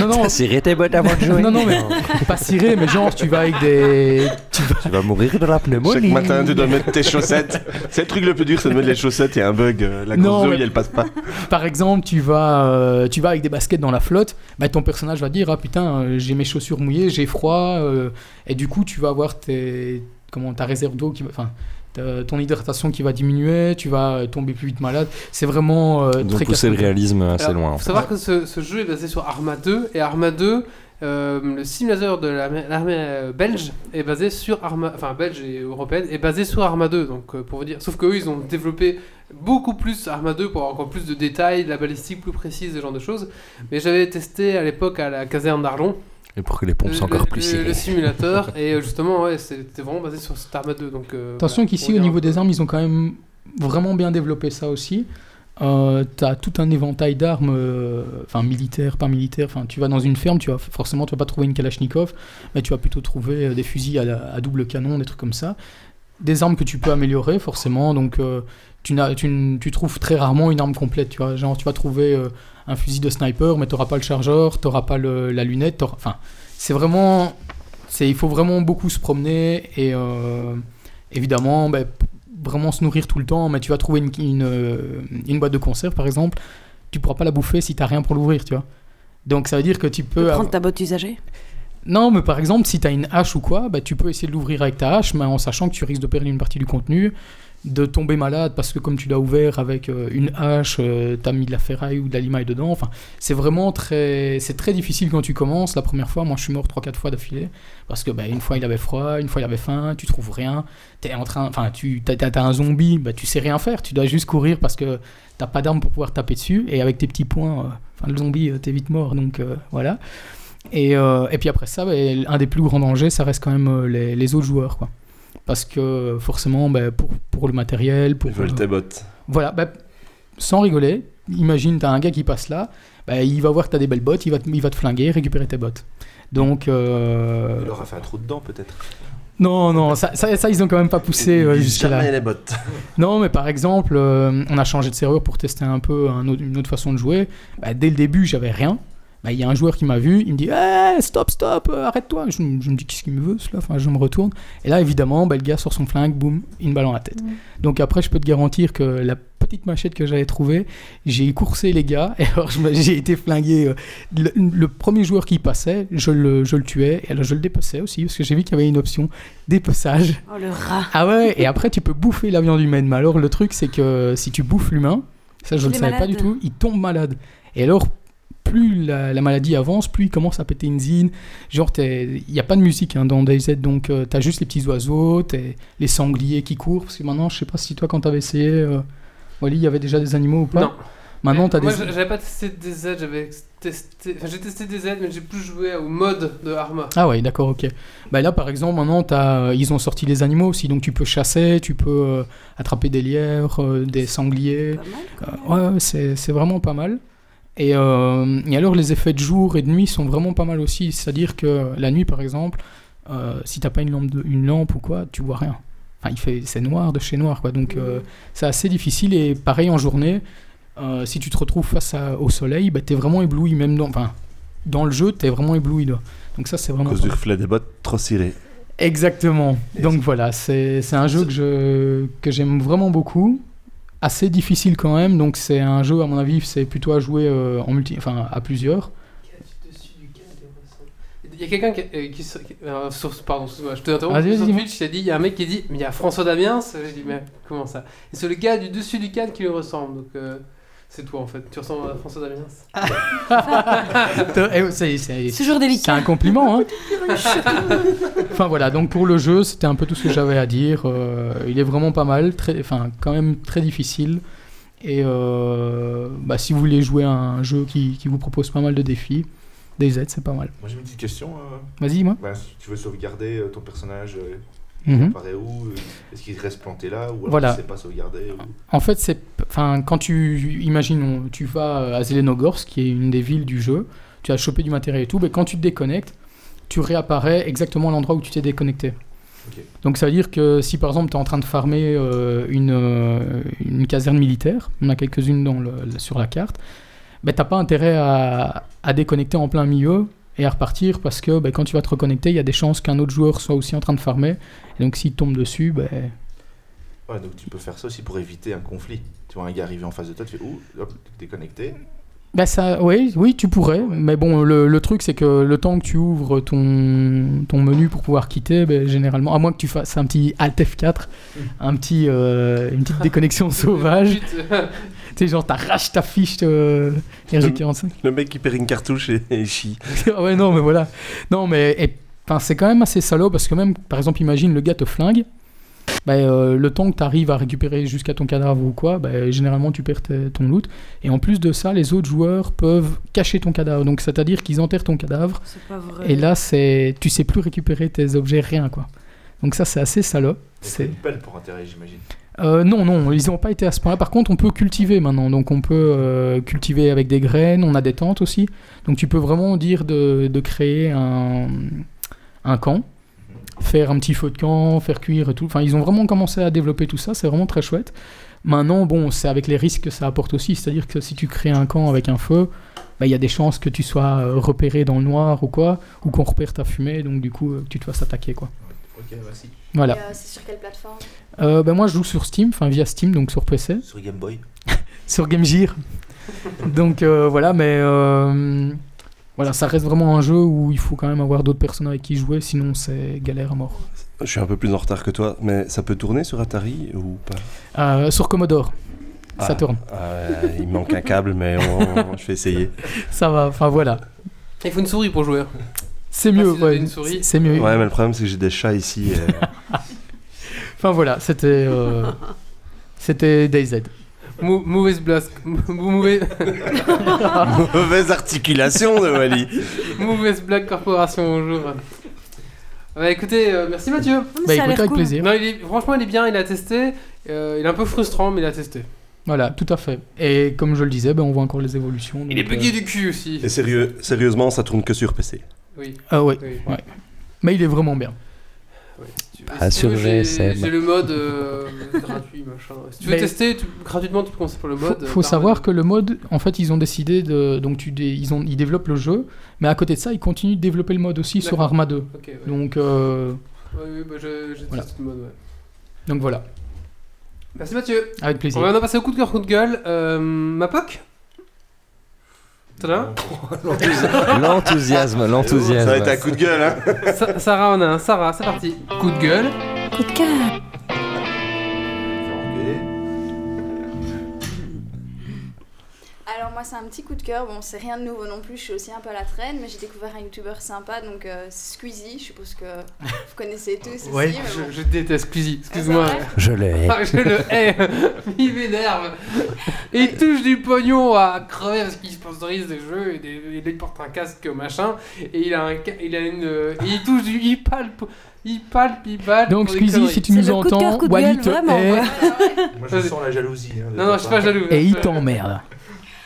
non, non, Cirer tes bottes avant de jouer. Non, non, mais- pas ciré, mais genre tu vas avec des. tu vas- Tu vas mourir de la Chaque pneumonie. matin, tu dois mettre tes chaussettes. C'est le truc le plus dur, c'est de mettre les chaussettes et un bug. euh, La Non, grosse mais- douille, elle passe pas. Par exemple, tu vas, euh, tu vas avec des baskets dans la flotte, bah, ton personnage va dire Ah putain, euh, j'ai mes chaussures mouillées, j'ai froid, euh, et du coup, tu vas avoir tes, comment, ta réserve d'eau qui va. Enfin, ta- ton hydratation qui va diminuer, tu vas tomber plus vite malade. C'est vraiment euh, Ils ont très poussé le casse-cou- réalisme assez Alors, loin. En faut fait. savoir que ce, ce jeu est basé sur Arma 2 et Arma 2, euh, le simulateur de l'armée l'armée, euh, belge est basé sur Arma, enfin belge et européenne est basé sur Arma 2. Donc euh, pour vous dire, sauf que eux ils ont développé beaucoup plus Arma 2 pour avoir encore plus de détails, de la balistique plus précise, ce genre de choses. Mais j'avais testé à l'époque à la caserne d'Arlon Et pour que les pompes le, soient le- encore plus le- le cirées. simulateur et euh, justement ouais, c'était vraiment basé sur cet Arma 2. Donc euh, Attention voilà, qu'ici, on au revient niveau un peu. des armes, ils ont quand même vraiment bien développé ça aussi. Euh, t'as tout un éventail d'armes, euh, enfin militaires, pas militaires. Enfin, tu vas dans une ferme, tu vas forcément, tu vas pas trouver une Kalachnikov, mais tu vas plutôt trouver euh, des fusils à, la- à double canon, des trucs comme ça. Des armes que tu peux améliorer forcément. Donc, euh, tu, n'as- tu, n- tu trouves très rarement une arme complète. Tu vois, genre, tu vas trouver euh, un fusil de sniper, mais t'auras pas le chargeur, t'auras pas le- la lunette. t'auras- Enfin, c'est vraiment, c'est, il faut vraiment beaucoup se promener et euh, évidemment, ben, p- vraiment se nourrir tout le temps, mais tu vas trouver une, une, euh, une boîte de conserve, par exemple, tu pourras pas la bouffer si t'as rien pour l'ouvrir, tu vois. Donc ça veut dire que tu Tu peux peux... prendre ta botte usagée. Non, mais par exemple, si t'as une hache ou quoi, bah, tu peux essayer de l'ouvrir avec ta hache, mais en sachant que tu risques de perdre une partie du contenu, de tomber malade parce que comme tu l'as ouvert avec euh, une hache, euh, t'as mis de la ferraille ou de la limaille dedans. Enfin, c'est vraiment très, c'est très difficile quand tu commences. La première fois, moi, je suis mort 3-4 fois d'affilée parce que bah, une fois il avait froid, une fois il avait faim, tu trouves rien. T'es en train, enfin, tu t'as, t'as- t'as un zombie, bah, tu sais rien faire. Tu dois juste courir parce que t'as pas d'arme pour pouvoir taper dessus et avec tes petits points, euh, enfin, le zombie, euh, t'es vite mort. Donc euh, voilà. Et, euh, et puis après ça, bah, un des plus grands dangers, ça reste quand même euh, les, les autres joueurs. Quoi. Parce que forcément, bah, pour, pour le matériel, pour... Ils veulent tes bottes. Voilà, bah, sans rigoler, imagine, t'as un gars qui passe là, bah, il va voir que t'as des belles bottes, il va, te- il va te flinguer, récupérer tes bottes. Donc... euh, Il leur a fait un trou dedans peut-être. Non, non, ça, ça, ça, ils ont quand même pas poussé Ils euh, lisent jusqu'à jamais là. les bottes. Non, mais par exemple, euh, on a changé de serrure pour tester un peu un autre- une autre façon de jouer. Bah, dès le début, j'avais rien. Bah, Il y a un joueur qui m'a vu, il me dit Eh, stop, stop, euh, arrête-toi. Je, m- je me dis Qu'est-ce qu'il me veut, cela enfin, Je me retourne. Mm. Et là, évidemment, bah, le gars sort son flingue, boum, une balle en la tête. Donc après, je peux te garantir que la, petite machette que j'avais trouvée. J'ai coursé les gars. Et alors, je me- j'ai été flingué. euh, Le, le premier joueur qui passait, je le, je le tuais. Et alors, je le dépeçais aussi, parce que j'ai vu qu'il y avait une option dépeçage. Oh le rat. Ah ouais, et après tu peux bouffer la viande humaine. Mais alors le truc c'est que si tu bouffes l'humain, ça je Il ne est savais pas malade. du tout, il tombe malade. Et alors plus la, la maladie avance, plus il commence à péter une zine. Genre, t'es- il n'y a pas de musique hein, dans DayZ, donc euh, t'as juste les petits oiseaux, t'es- les sangliers qui courent. Parce que maintenant, je sais pas si toi, quand t'avais essayé, euh, Wally, il y avait déjà des animaux ou pas Non. Maintenant, t'as Moi, des. j'a- j'avais pas testé des aides, j'avais testé. Enfin, j'ai testé des aides, mais j'ai plus joué au mode de Arma. Ah ouais, d'accord, ok. Bah là, par exemple, maintenant, t'as- euh, ils ont sorti les animaux aussi, donc tu peux chasser, tu peux euh, attraper des lièvres, euh, des sangliers. Pas mal. Euh, ouais, ouais, c'est c'est vraiment pas mal. Et, euh, et alors, les effets de jour et de nuit sont vraiment pas mal aussi. C'est-à-dire que la nuit, par exemple, euh, si t'as pas une lampe, de- une lampe ou quoi, tu vois rien. Enfin, il fait, c'est noir de chez noir, quoi. Donc, euh, c'est assez difficile. Et pareil, en journée, euh, si tu te retrouves face à- au soleil, bah, t'es vraiment ébloui. Même dans, enfin, dans le jeu, t'es vraiment ébloui. toi. Donc, ça, c'est À vraiment. cause du pas- reflet des bottes trop ciré. Exactement. Donc voilà, c'est c'est un jeu que je- que j'aime vraiment beaucoup. Assez difficile quand même, donc c'est un jeu à mon avis, c'est plutôt à jouer euh, en multi, enfin à plusieurs. Il y a quelqu'un qui. euh, qui se- qui- euh, sur- pardon, excuse-moi, je te interromps. Vas-y, sur vas-y, dis-moi. Twitch, il a dit il y a un mec qui dit Mais il y a François Damiens J'ai dit Mais comment ça Et c'est le gars du dessus du cadre qui lui ressemble. Donc euh, c'est toi en fait. Tu ressembles à François Damiens. Eh, c'est c'est- C'est toujours c'est délicat. un compliment. Hein enfin voilà, donc pour le jeu, c'était un peu tout ce que j'avais à dire. Euh, il est vraiment pas mal, très, enfin quand même très difficile. Et euh, bah, si vous voulez jouer à un jeu qui, qui vous propose pas mal de défis, DayZ c'est pas mal. Moi j'ai une petite question. euh, Vas-y moi. bah, si tu veux sauvegarder euh, ton personnage, euh, Mhm. il paraît où euh, Est-ce qu'il reste planté là Ou alors Voilà. il sait pas sauvegarder ou- En fait, c'est, enfin, quand tu imagines, on- tu vas à Zelenogorsk, qui est une des villes du jeu, tu as chopé du matériel et tout, mais quand tu te déconnectes, tu réapparais exactement à l'endroit où tu t'es déconnecté. Ok. Donc ça veut dire que si par exemple tu es en train de farmer euh, une, euh, une caserne militaire, on a quelques-unes dans le- sur la carte, ben, t'as pas intérêt à, à déconnecter en plein milieu et à repartir parce que ben, quand tu vas te reconnecter, il y a des chances qu'un autre joueur soit aussi en train de farmer. Et donc s'il tombe dessus, ben, Ouais, donc tu peux faire ça aussi pour éviter un conflit. Tu vois un gars arriver en face de toi, tu fais ouh, hop, déconnecté. Bah ça, oui, oui, tu pourrais. Mais bon, le, le truc, c'est que le temps que tu ouvres ton, ton menu pour pouvoir quitter, ben, généralement, à moins que tu fasses un petit Alt F4, un petit, euh, une petite déconnexion sauvage, Chut. tu sais, genre t'arraches ta fiche euh, RG45. Le mec qui perd une cartouche et, et chie. Ah ouais, non, mais voilà. Non, mais et, enfin, c'est quand même assez salaud parce que même, par exemple, imagine le gars te flingue. Bah, euh, le temps que tu arrives à récupérer jusqu'à ton cadavre ou quoi, bah, généralement tu perds tes- ton loot. Et en plus de ça, les autres joueurs peuvent cacher ton cadavre. Donc c'est-à-dire qu'ils enterrent ton cadavre. C'est pas vrai. Et là, c'est tu sais plus récupérer tes objets, rien quoi. Donc ça, c'est assez salaud. C'est C'est une pelle pour intérêt, j'imagine. euh, non, non, ils n'ont pas été à ce point-là. Par contre, on peut cultiver maintenant. Donc, on peut euh, cultiver avec des graines. On a des tentes aussi. Donc, tu peux vraiment dire de, de créer un, un camp, faire un petit feu de camp, faire cuire et tout. Enfin, ils ont vraiment commencé à développer tout ça. C'est vraiment très chouette. Maintenant, bon, c'est avec les risques que ça apporte aussi. C'est-à-dire que si tu crées un camp avec un feu, bah, il y a des chances que tu sois euh, repéré dans le noir ou quoi, ou qu'on repère ta fumée. Donc, du coup, euh, que tu te fasses attaquer, quoi. Ok, merci. Voilà. Et, euh, c'est sur quelle plateforme Euh, bah, moi, je joue sur Steam, enfin via Steam, donc sur PC. Sur Game Boy. sur Game Gear. Donc euh, voilà, mais euh, voilà, ça reste vraiment un jeu où il faut quand même avoir d'autres personnes avec qui jouer, sinon c'est galère à mort. Je suis un peu plus en retard que toi, mais ça peut tourner sur Atari ou pas Euh, sur Commodore, Ah. ça tourne. Ah ouais, Il manque un câble, mais on- je vais essayer. Ça va, enfin voilà. Il faut une souris pour jouer. hein. C'est Facile mieux, de ouais, donner une souris. C'est mieux. Ouais, mais le problème, c'est que j'ai des chats ici. et- Enfin voilà, c'était. euh, C'était DayZ. Mou- Mauvaise blague. Mou- mauvais- Mauvaise articulation de Wally. Mauvaise blague corporation, bonjour. Bah écoutez, euh, merci Mathieu. Non, mais Bah ça a écoute, l'air avec cool. plaisir. Non, il est- franchement, il est bien, il a testé. Euh, il est un peu frustrant, mais il a testé. Voilà, tout à fait. Et comme je le disais, ben, on voit encore les évolutions. Il est donc, euh, bugué du cul aussi. Et sérieux, sérieusement, ça tourne que sur PC. Oui, Ah ouais, oui. mais il est vraiment bien. Si tu Pas veux- si tu sur veux, j'ai- GSM. J'ai le mode euh, gratuit, machin. Si tu veux Mais- tester tu- gratuitement, tu te conseilles pour le Faut, mode. faut savoir que le mode, en fait, ils ont décidé de. Donc, tu, dé- ils, ont, ils développent le jeu, mais à côté de ça, ils continuent de développer le mode aussi sur D'accord. Arma 2. Ok, ouais. Donc, euh, Ouais, ouais, bah, je- j'ai Voilà. testé le mode, ouais. donc voilà. Merci Mathieu. Avec plaisir. On va maintenant passer au coup de cœur, coup de gueule. Euh, ma POC T'en Ça L'enthousiasme, va être un l'enthousiasme. coup de gueule, hein as un Sa- Sarah en a un. Sarah, c'est parti. Coup de gueule. Coup de cœur. Alors moi c'est un petit coup de cœur, bon c'est rien de nouveau non plus, je suis aussi un peu à la traîne, mais j'ai découvert un youtubeur sympa, donc euh, Squeezie, je suppose que vous connaissez tous aussi. Ouais, mais bon. Je, je déteste Squeezie, excuse-moi. Eh ben, bref. Je l'ai. Ah, je le hais. Il m'énerve. Il touche du pognon à crever parce qu'il sponsorise des jeux et, des- et il porte un casque machin. Et il a, un, ca- il a une. euh, et il touche du. Il palpe. Il palpe, il palpe. Donc pour des Squeezie, conneries. si tu C'est nous le coup de cœur, entends, coup de Wally gueule, te vraiment, hait, Moi, je sens la jalousie. Non, non, je suis pas jaloux. et il t'emmerde.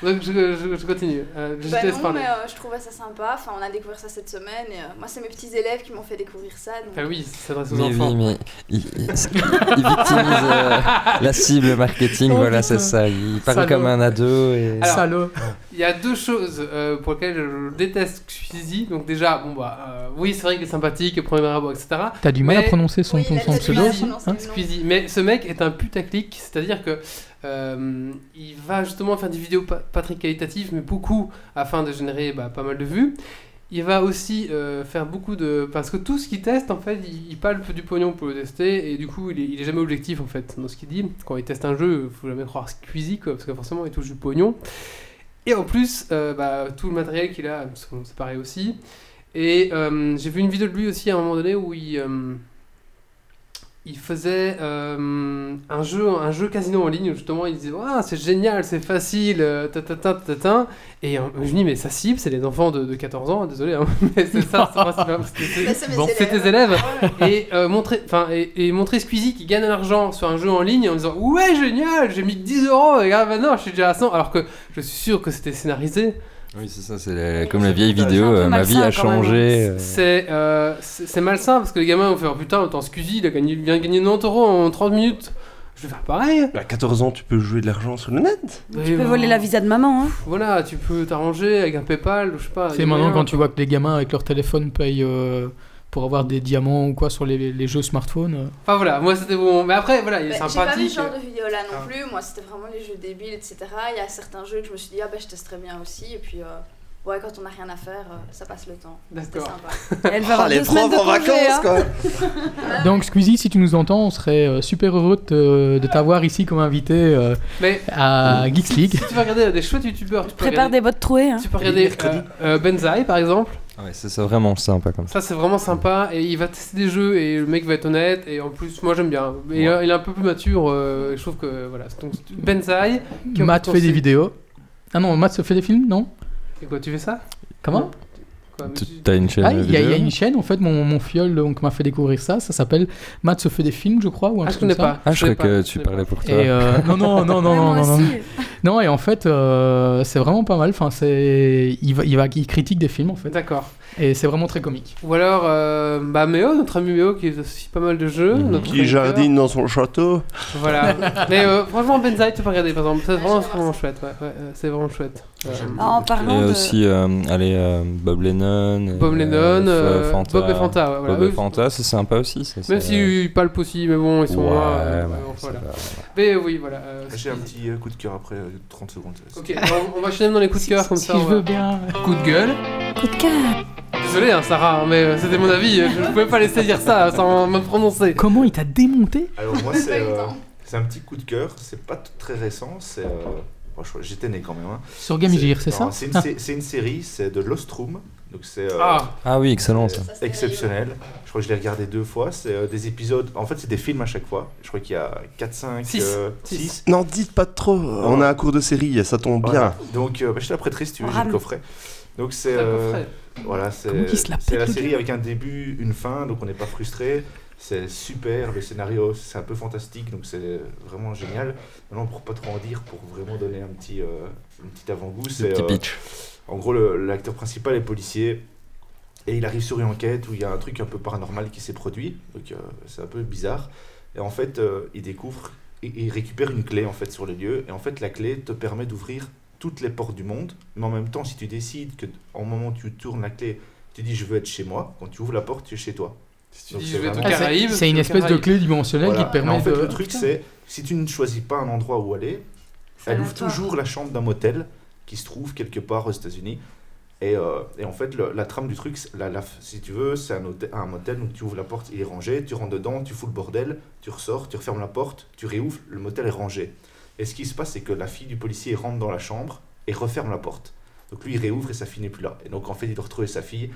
Donc je, je- je continue. Euh, je Bah te laisse non, parler. mais euh, je trouvais ça sympa, enfin on a découvert ça cette semaine, et euh, moi c'est mes petits élèves qui m'ont fait découvrir ça, donc Enfin, oui, ça s'adresse aux Mais enfants. oui, mais il, il- il victimise euh, la cible marketing, Oh, voilà, c'est putain. ça. Il parle Salaud. comme un ado et. euh, Alors- Salaud. Il y a deux choses euh, pour lesquelles je déteste Squeezie. Donc déjà, bon bah, euh, oui, c'est vrai qu'il est sympathique, premier rabot, etc. T'as du mal à Mais- prononcer son, Oui, son, il a son peut-être pseudo mal aussi, prononcé hein le nom. Squeezie. Mais ce mec est un putaclic, c'est-à-dire que euh, il va justement faire des vidéos pa- pas très qualitatives, mais beaucoup afin de générer bah, pas mal de vues. Il va aussi euh, faire beaucoup de. Parce que tout ce qu'il teste, en fait, il, il palpe du pognon pour le tester, et du coup, il est, il est jamais objectif, en fait, dans ce qu'il dit. Quand il teste un jeu, faut jamais croire Squeezie, quoi, parce que forcément, il touche du pognon. Et en plus, euh, bah, tout le matériel qu'il a, son- c'est pareil aussi. Et euh, j'ai vu une vidéo de lui aussi à un moment donné où il. euh, il faisait euh, un, jeu, un jeu casino en ligne où justement il disait Waouh, c'est génial, c'est facile, euh, ta, ta, ta, ta, ta. Et euh, je me dis Mais sa cible, c'est les enfants de, de 14 ans, désolé, hein, mais c'est ça, c'est pas- c'est pas- c'est- c'est- Bah, c'est mes Bon, c'est tes élèves. et, euh, montrer, enfin, et, et montrer Squeezie qui gagne de l'argent sur un jeu en ligne en disant Ouais, génial, j'ai mis 10 euros, et regarde, maintenant je suis déjà à 100, alors que je suis sûr que c'était scénarisé. Oui, c'est ça, c'est la- comme la vieille vidéo, C'est un peu euh, ma vie malsain, a quand même. changé. euh, hein. C'est euh, c'est c'est malsain parce que les gamins vont faire Putain, autant Squeezie, il a gagné, bien gagné 90 euros en 30 minutes. Je vais faire pareil. À 14 ans, tu peux jouer de l'argent sur le net Tu peux voler la visa de maman, hein. Voilà, tu peux t'arranger avec un PayPal, ou je sais pas. C'est maintenant quand tu vois que les gamins avec leur téléphone payent euh, pour avoir des diamants ou quoi sur les, les jeux smartphones. euh. Enfin voilà, moi c'était bon. Mais après, voilà, il est Bah, J'ai pas vu sympathique. ce genre de vidéo là non Ah. plus, moi c'était vraiment les jeux débiles, etc. Il y a certains jeux que je me suis dit, ah bah je testerais bien aussi, et puis euh, ouais, quand on a rien à faire, euh, ça passe le temps. C'était D'accord. sympa. Bah, Elle va avoir les deux semaines profs de en congé, vacances, hein. quoi Donc Squeezie, si tu nous entends, on serait euh, super heureux de, te- de t'avoir ici comme invité euh, Mais à Geeks League. si tu vas regarder des chouettes youtubeurs, tu peux Prépare regarder, des bottes trouées, hein. tu peux regarder mercredi. euh, euh, Benzaï par exemple. ah ouais, c'est ça, vraiment sympa comme ça. Ça c'est vraiment sympa et il va tester des jeux et le mec va être honnête et en plus moi j'aime bien. Et, Ouais. euh, il est un peu plus mature, euh, je trouve que voilà. Donc Benzaï, Qu'en Matt fait pensez- des vidéos. Ah non, Matt se fait des films, non et quoi tu fais ça Comment Quoi, mais Tu- tu- T'as une chaîne Ah, il y, a- il y a vidéo une chaîne, en fait, mon, mon fiole donc, m'a fait découvrir ça. Ça s'appelle Matt se fait des films, je crois. Ou un Ah je truc comme connais ça. pas. Ah, je connais croyais que pas, tu connais parlais pour toi. Et euh, non, non, non, non, Ouais, non, moi non, non. aussi. Non, et en fait, euh, c'est vraiment pas mal. Enfin, c'est il va, il va, il critique des films en pas. fait, D'accord. et c'est vraiment très comique. Ou alors euh, bah Méo, notre ami Méo qui fait aussi pas mal de jeux. Mhm. notre Qui chroniqueur. jardine dans son château Voilà. Mais euh, franchement, Benzaï, tu peux regarder par exemple. C'est Ouais, vraiment, je vais voir vraiment ça. chouette. Ouais, ouais, euh, c'est vraiment chouette. Euh, Ah, en Et parlant de... aussi, euh, allez, euh, Bob Lennon. et, Bob Lennon, euh, euh, Fanta. Bob et Fanta. ouais, voilà. Bob et Eux, Fanta, c'est sympa aussi. ça, Même c'est- euh, s'ils palpent aussi, mais bon, ils sont Ouais, là. euh, ouais, bon, ça voilà. va. Mais oui, voilà. Ah, euh, J'ai un petit euh, coup de cœur après euh, 30 secondes. Ok, on, on va finir dans les coups de cœur comme si ça. je on va- veux bien. Coup de gueule. Coup de cœur. Désolé, hein, Sarah, hein, mais euh, c'était mon avis. euh, Je ne pouvais pas laisser dire ça sans me prononcer. Comment il t'a démonté Alors moi, Pas c'est eu le euh, temps. c'est un petit coup de cœur. C'est pas t- très récent. C'est euh, bon, je- j'étais né quand même. hein. sur Game Gear, c'est ça non, C'est une, Ah, sé- c'est une série. C'est de Lost Room. Donc c'est euh, Ah, Ah oui, excellent ça. Ça, c'était exceptionnel. Je crois que je l'ai regardé deux fois. C'est euh, des épisodes. En fait, c'est des films à chaque fois. Je crois qu'il y a euh, 4, 5, Six. 6. Non, dites pas trop, on a un cours de série, ça tombe bien. Voilà. Donc, euh, bah, je te la prêterai si tu veux, On j'ai le rame. coffret. Donc, c'est. c'est un peu euh, frais. voilà, Comment c'est qu'il se la c'est pète, la le série avec un début, une fin, donc on n'est pas frustré. C'est super, le scénario, c'est un peu fantastique, donc c'est vraiment génial. Maintenant, pour pas trop en dire, pour vraiment donner un petit, euh, un petit avant-goût, Le c'est. petit euh, pitch. en gros, le- l'acteur principal est policier. Et il arrive sur une enquête où il y a un truc un peu paranormal qui s'est produit. Donc euh, c'est un peu bizarre. Et en fait, euh, il découvre, il, il récupère une clé en fait sur le lieu. Et en fait, la clé te permet d'ouvrir toutes les portes du monde. Mais en même temps, si tu décides que en moment où tu tournes la clé, tu dis je veux être chez moi, quand tu ouvres la porte, tu es chez toi. Si tu Donc, dis c'est je vais être aux vraiment- Ah, c'est- Caraïbes. tu c'est une vas aux espèce de Caraïbes. clé dimensionnelle Voilà. qui te permet Mais en fait, de. Ah. le truc, c'est si tu ne choisis pas un endroit où aller, elle ouvre aléatoire. toujours la chambre d'un motel qui se trouve quelque part aux États-Unis. Et, euh, et en fait, le- la trame du truc, c'est- la, la- si tu veux, c'est un, hôtel- un motel où tu ouvres la porte, il est rangé, tu rentres dedans, tu fous le bordel, tu ressors, tu refermes la porte, tu réouvres, le motel est rangé. Et ce qui se passe, c'est que la fille du policier rentre dans la chambre et referme la porte. Donc lui, il réouvre et sa fille n'est plus là. Et donc en fait, il doit retrouver sa fille.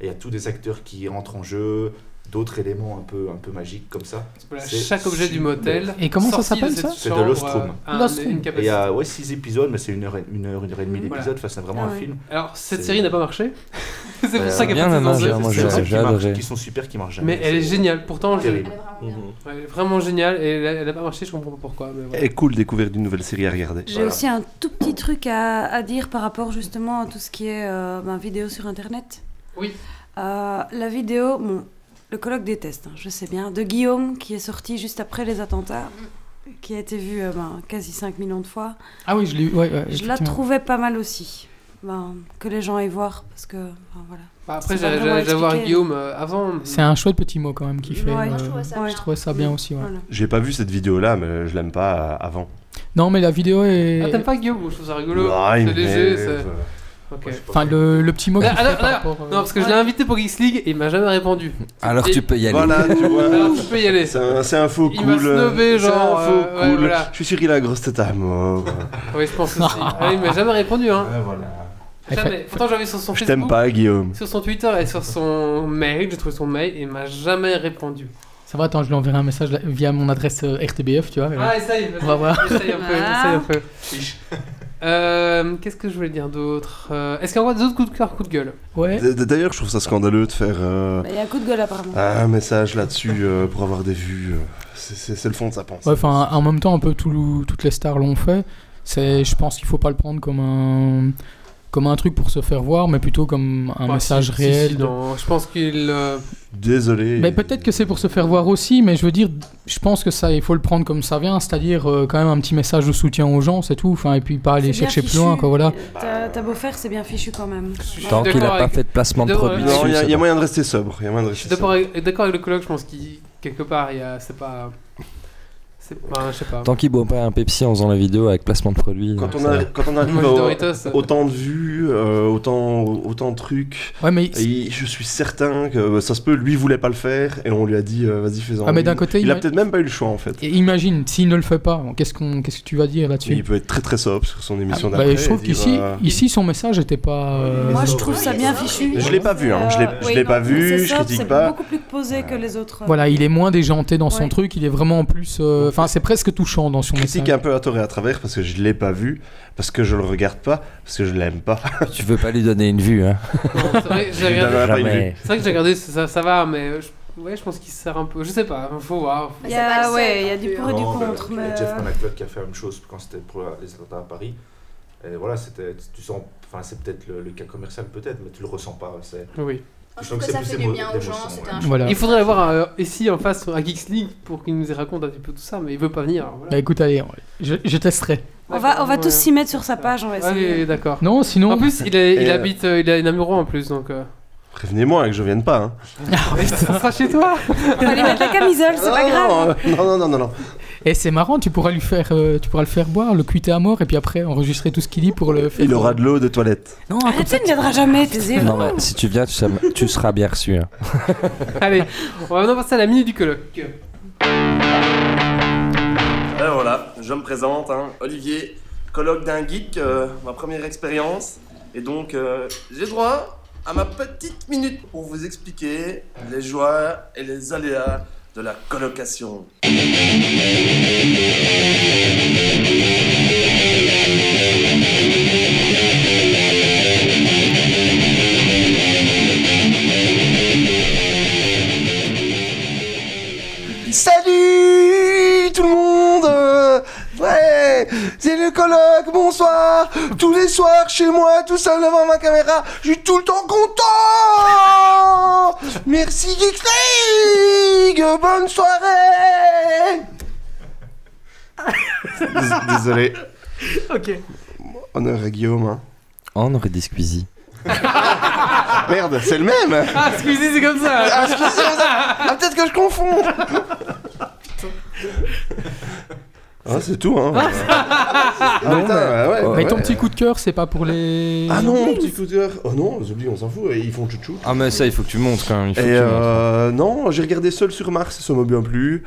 Et il y a tous des acteurs qui entrent en jeu, d'autres éléments un peu, un peu magiques comme ça. Voilà, C'est chaque objet du super. motel. Et comment ça sorti de s'appelle, cette ça C'est de chambre, Lost euh, Room. a un- Lost une Room. Et Il y capacité. a Ah ouais, 6 épisodes, mais c'est une heure, et, une heure, une heure et demie Voilà. d'épisodes. Enfin, c'est vraiment Ah un ouais. film. Alors cette C'est- série n'a pas marché. c'est pour Euh, ça qu'elle bien est passée dans dommage, un- hein, moi, C'est j'ai- des trucs j'ai qui marchent, adoré. Qui sont super, qui marchent jamais. Mais elle est géniale. Pourtant, je- Elle est Terrible. vraiment bien. Mhm. elle est vraiment géniale et elle, elle a pas marché. Je comprends pas pourquoi. mais voilà. Et cool, découverte d'une nouvelle série à regarder. J'ai Voilà. aussi un tout petit truc à, à dire par rapport justement à tout ce qui est euh, ben, vidéo sur Internet. Oui. Euh, la vidéo, bon, le colloque déteste, hein, je sais bien, de Guillaume qui est sorti juste après les attentats, qui a été vu euh, ben, quasi 5 millions de fois. Ah oui, je l'ai eu. ouais, ouais, Je la effectivement. trouvais pas mal aussi. Ben, que les gens aillent voir parce que ben, voilà. Bah, après, C'est pas j'allais vraiment j'allais voir expliqué. Guillaume euh, avant. mais- C'est un chouette petit mot quand même qui fait. Ouais, Moi, je euh, trouvais ça Ouais. je bien. trouvais ça bien Mm. aussi. ouais. Voilà. J'ai pas vu cette vidéo-là, mais je l'aime pas euh, avant. Non, mais la vidéo Ah, est. t'aimes pas Guillaume Je trouve ça rigolo. Ah, il c'est léger. m'énerve. c'est- Ok. Moi, je sais pas. Enfin, le, le petit mot qui Ah, fait non, par non, rapport. euh, Non, parce que je l'ai invité pour Geeks League et il m'a jamais répondu. Alors Et- tu peux y aller. Voilà, tu vois. Alors, tu peux y aller. C'est un, c'est un faux Il m'a cool. euh, snobé, c'est genre, un faux euh, ouais, cool. voilà. Je suis sûr qu'il a la grosse tête à mort. Oui, je pense aussi. Ah, il m'a jamais répondu. Hein. Ouais, voilà. Jamais. Pourtant, j'avais sur son je Facebook, t'aime pas, Guillaume. sur son Twitter et sur son mail. J'ai trouvé son mail et il m'a jamais répondu. Ça va, attends, je lui enverrai un message là- via mon adresse euh, RTBF, tu vois. mais- Ah, essaye. vas-y. On va voir. Essaye un peu. Ah. Essaye un peu. Fiche. Euh, Qu'est-ce que je voulais dire d'autre Euh, Est-ce qu'il y a encore d'autres coups de cœur, coups de gueule Ouais. D- d- D'ailleurs, je trouve ça scandaleux de faire euh, Ben, Il y a un coup de gueule apparemment. un message là-dessus euh, pour avoir des vues. euh. C'est- C'est c'est le fond de sa Ah. pensée. Ouais, enfin, en même temps, un peu tout le- toutes les stars l'ont fait. C'est, je pense qu'il faut pas le prendre comme un comme un truc pour se faire voir, mais plutôt comme un Bah, message si, si, réel. si, de- non, je pense qu'il. euh, Désolé. Mais peut-être que c'est pour se faire voir aussi, mais je veux dire, je pense que ça, il faut le prendre comme ça vient, c'est-à-dire euh, quand même un petit message de soutien aux gens, c'est tout. Enfin, et puis pas C'est aller bien chercher fichu. plus loin, quoi. Voilà. T'as t'as beau faire, c'est bien fichu quand même. Tant qu'il d'accord a pas avec- fait de placement de Non, produit. euh, dessus, Non, il y, a- c'est il y a bon. moyen de rester sobre. Il y a moyen de Je suis rester d'accord sobre. avec, d'accord avec le colloque, je pense qu'il. Quelque part, il y a. C'est pas. C'est pas. Je sais pas. Tant qu'il boit pas un Pepsi en faisant la vidéo avec placement de produit. Quand on, euh, ça a- va. quand on Moi, arrive les au- Doritos, euh, autant de vues, euh, autant, autant de trucs, Ouais, mais Et je suis certain que euh, ça se peut, lui voulait pas le faire et on lui a dit euh, vas-y fais-en. Ah, mais une. d'un côté, il il a m'a- peut-être même pas eu le choix en fait. Et Imagine, s'il ne le fait pas, qu'est-ce qu'on, qu'est-ce que tu vas dire Mais là-dessus il peut être très très sobre sur son Ah, émission bah, d'après. Je trouve et dire, qu'ici, euh, ici, son message n'était pas. euh, Moi je trouve ça bien fichu. Euh, Je l'ai pas vu, hein. je l'ai- je oui, l'ai non, pas mais vu, C'est je sobre, critique c'est pas. beaucoup plus posé que les autres. Voilà, il est moins déjanté dans son Ouais. truc, il est vraiment plus. euh, Enfin, c'est presque touchant dans son Je critique message. un peu à tort et à travers parce que je l'ai pas vu, parce que je le regarde pas, parce que je l'aime pas. Tu veux pas lui donner une vue, hein non, c'est vrai que j'ai Il regardé- avait pas une Jamais. c'est vrai que j'ai regardé, ça, ça va, mais. je- Ouais, je pense qu'il se sert un peu. Je sais pas, faut voir. Il y a, ouais, il y a du pour et du Non, bah, contre. il y a mais, Jeff euh, Panaclock qui a fait la même chose quand c'était pour la- les attentats à Paris. Et voilà, c'était, tu sens, enfin, c'est peut-être le, le cas commercial, peut-être, mais tu le ressens pas. C'est, Oui. En Je tout trouve cas, que ça c'est fait plus du bien aux émotion, gens. ouais. C'était un Voilà. Il faudrait l'avoir euh, ici en face à Geeks League pour qu'il nous y raconte un petit peu tout ça, mais il veut pas venir. alors voilà. Bah écoute, allez, je, je testerai. on va, on va Ouais. tous s'y mettre sur sa page, on va Ah oui, essayer. oui, d'accord. Non, sinon. En plus, il, est- il Et, euh, habite, euh, il est à Namuro en plus, donc. euh, Prévenez-moi que je vienne pas. Hein. ça sera chez toi On va aller mettre la camisole, c'est pas grave. non, euh, non, non, non, non, non. Et Eh, c'est marrant, tu pourras lui faire, euh, tu pourras le faire boire, le cuiter à mort, et puis après enregistrer tout ce qu'il dit pour le. faire- Il aura de l'eau de toilette. Non, Arrête, tu ne viendras jamais, t'es zéro. Non, mais si tu viens, tu seras, tu seras bien reçu. hein. Allez, on va maintenant passer à la minute du colloque. Alors Ben voilà, je me présente, hein, Olivier, colloque d'un geek, euh, ma première expérience. Et donc, euh, j'ai droit à ma petite minute pour vous expliquer les joies et les aléas de la colocation. Salut tout le monde euh, Ouais C'est le colloque, bonsoir Tous les soirs chez moi, tout seul devant ma caméra, je suis tout le temps content Merci Geeks League Bonne soirée Désolé. Ok. Honneur à Guillaume. Hein. On aurait dit Squeezie. Merde, c'est le même Ah, excusez, c'est comme ça Ah, excusez-moi, ça- ah, peut-être que je confonds Ah, c'est tout, hein Ah, Non, putain, ouais, Mais ouais. Bah, ton petit coup de cœur, c'est pas pour les. Ah non, petit coup de cœur Oh non, les oublie, on s'en fout, ils font chouchou. Ah, mais ça, il faut que tu montres quand même. il faut Et que tu montres. euh, non, j'ai regardé Seul sur Mars, ça m'a bien plu.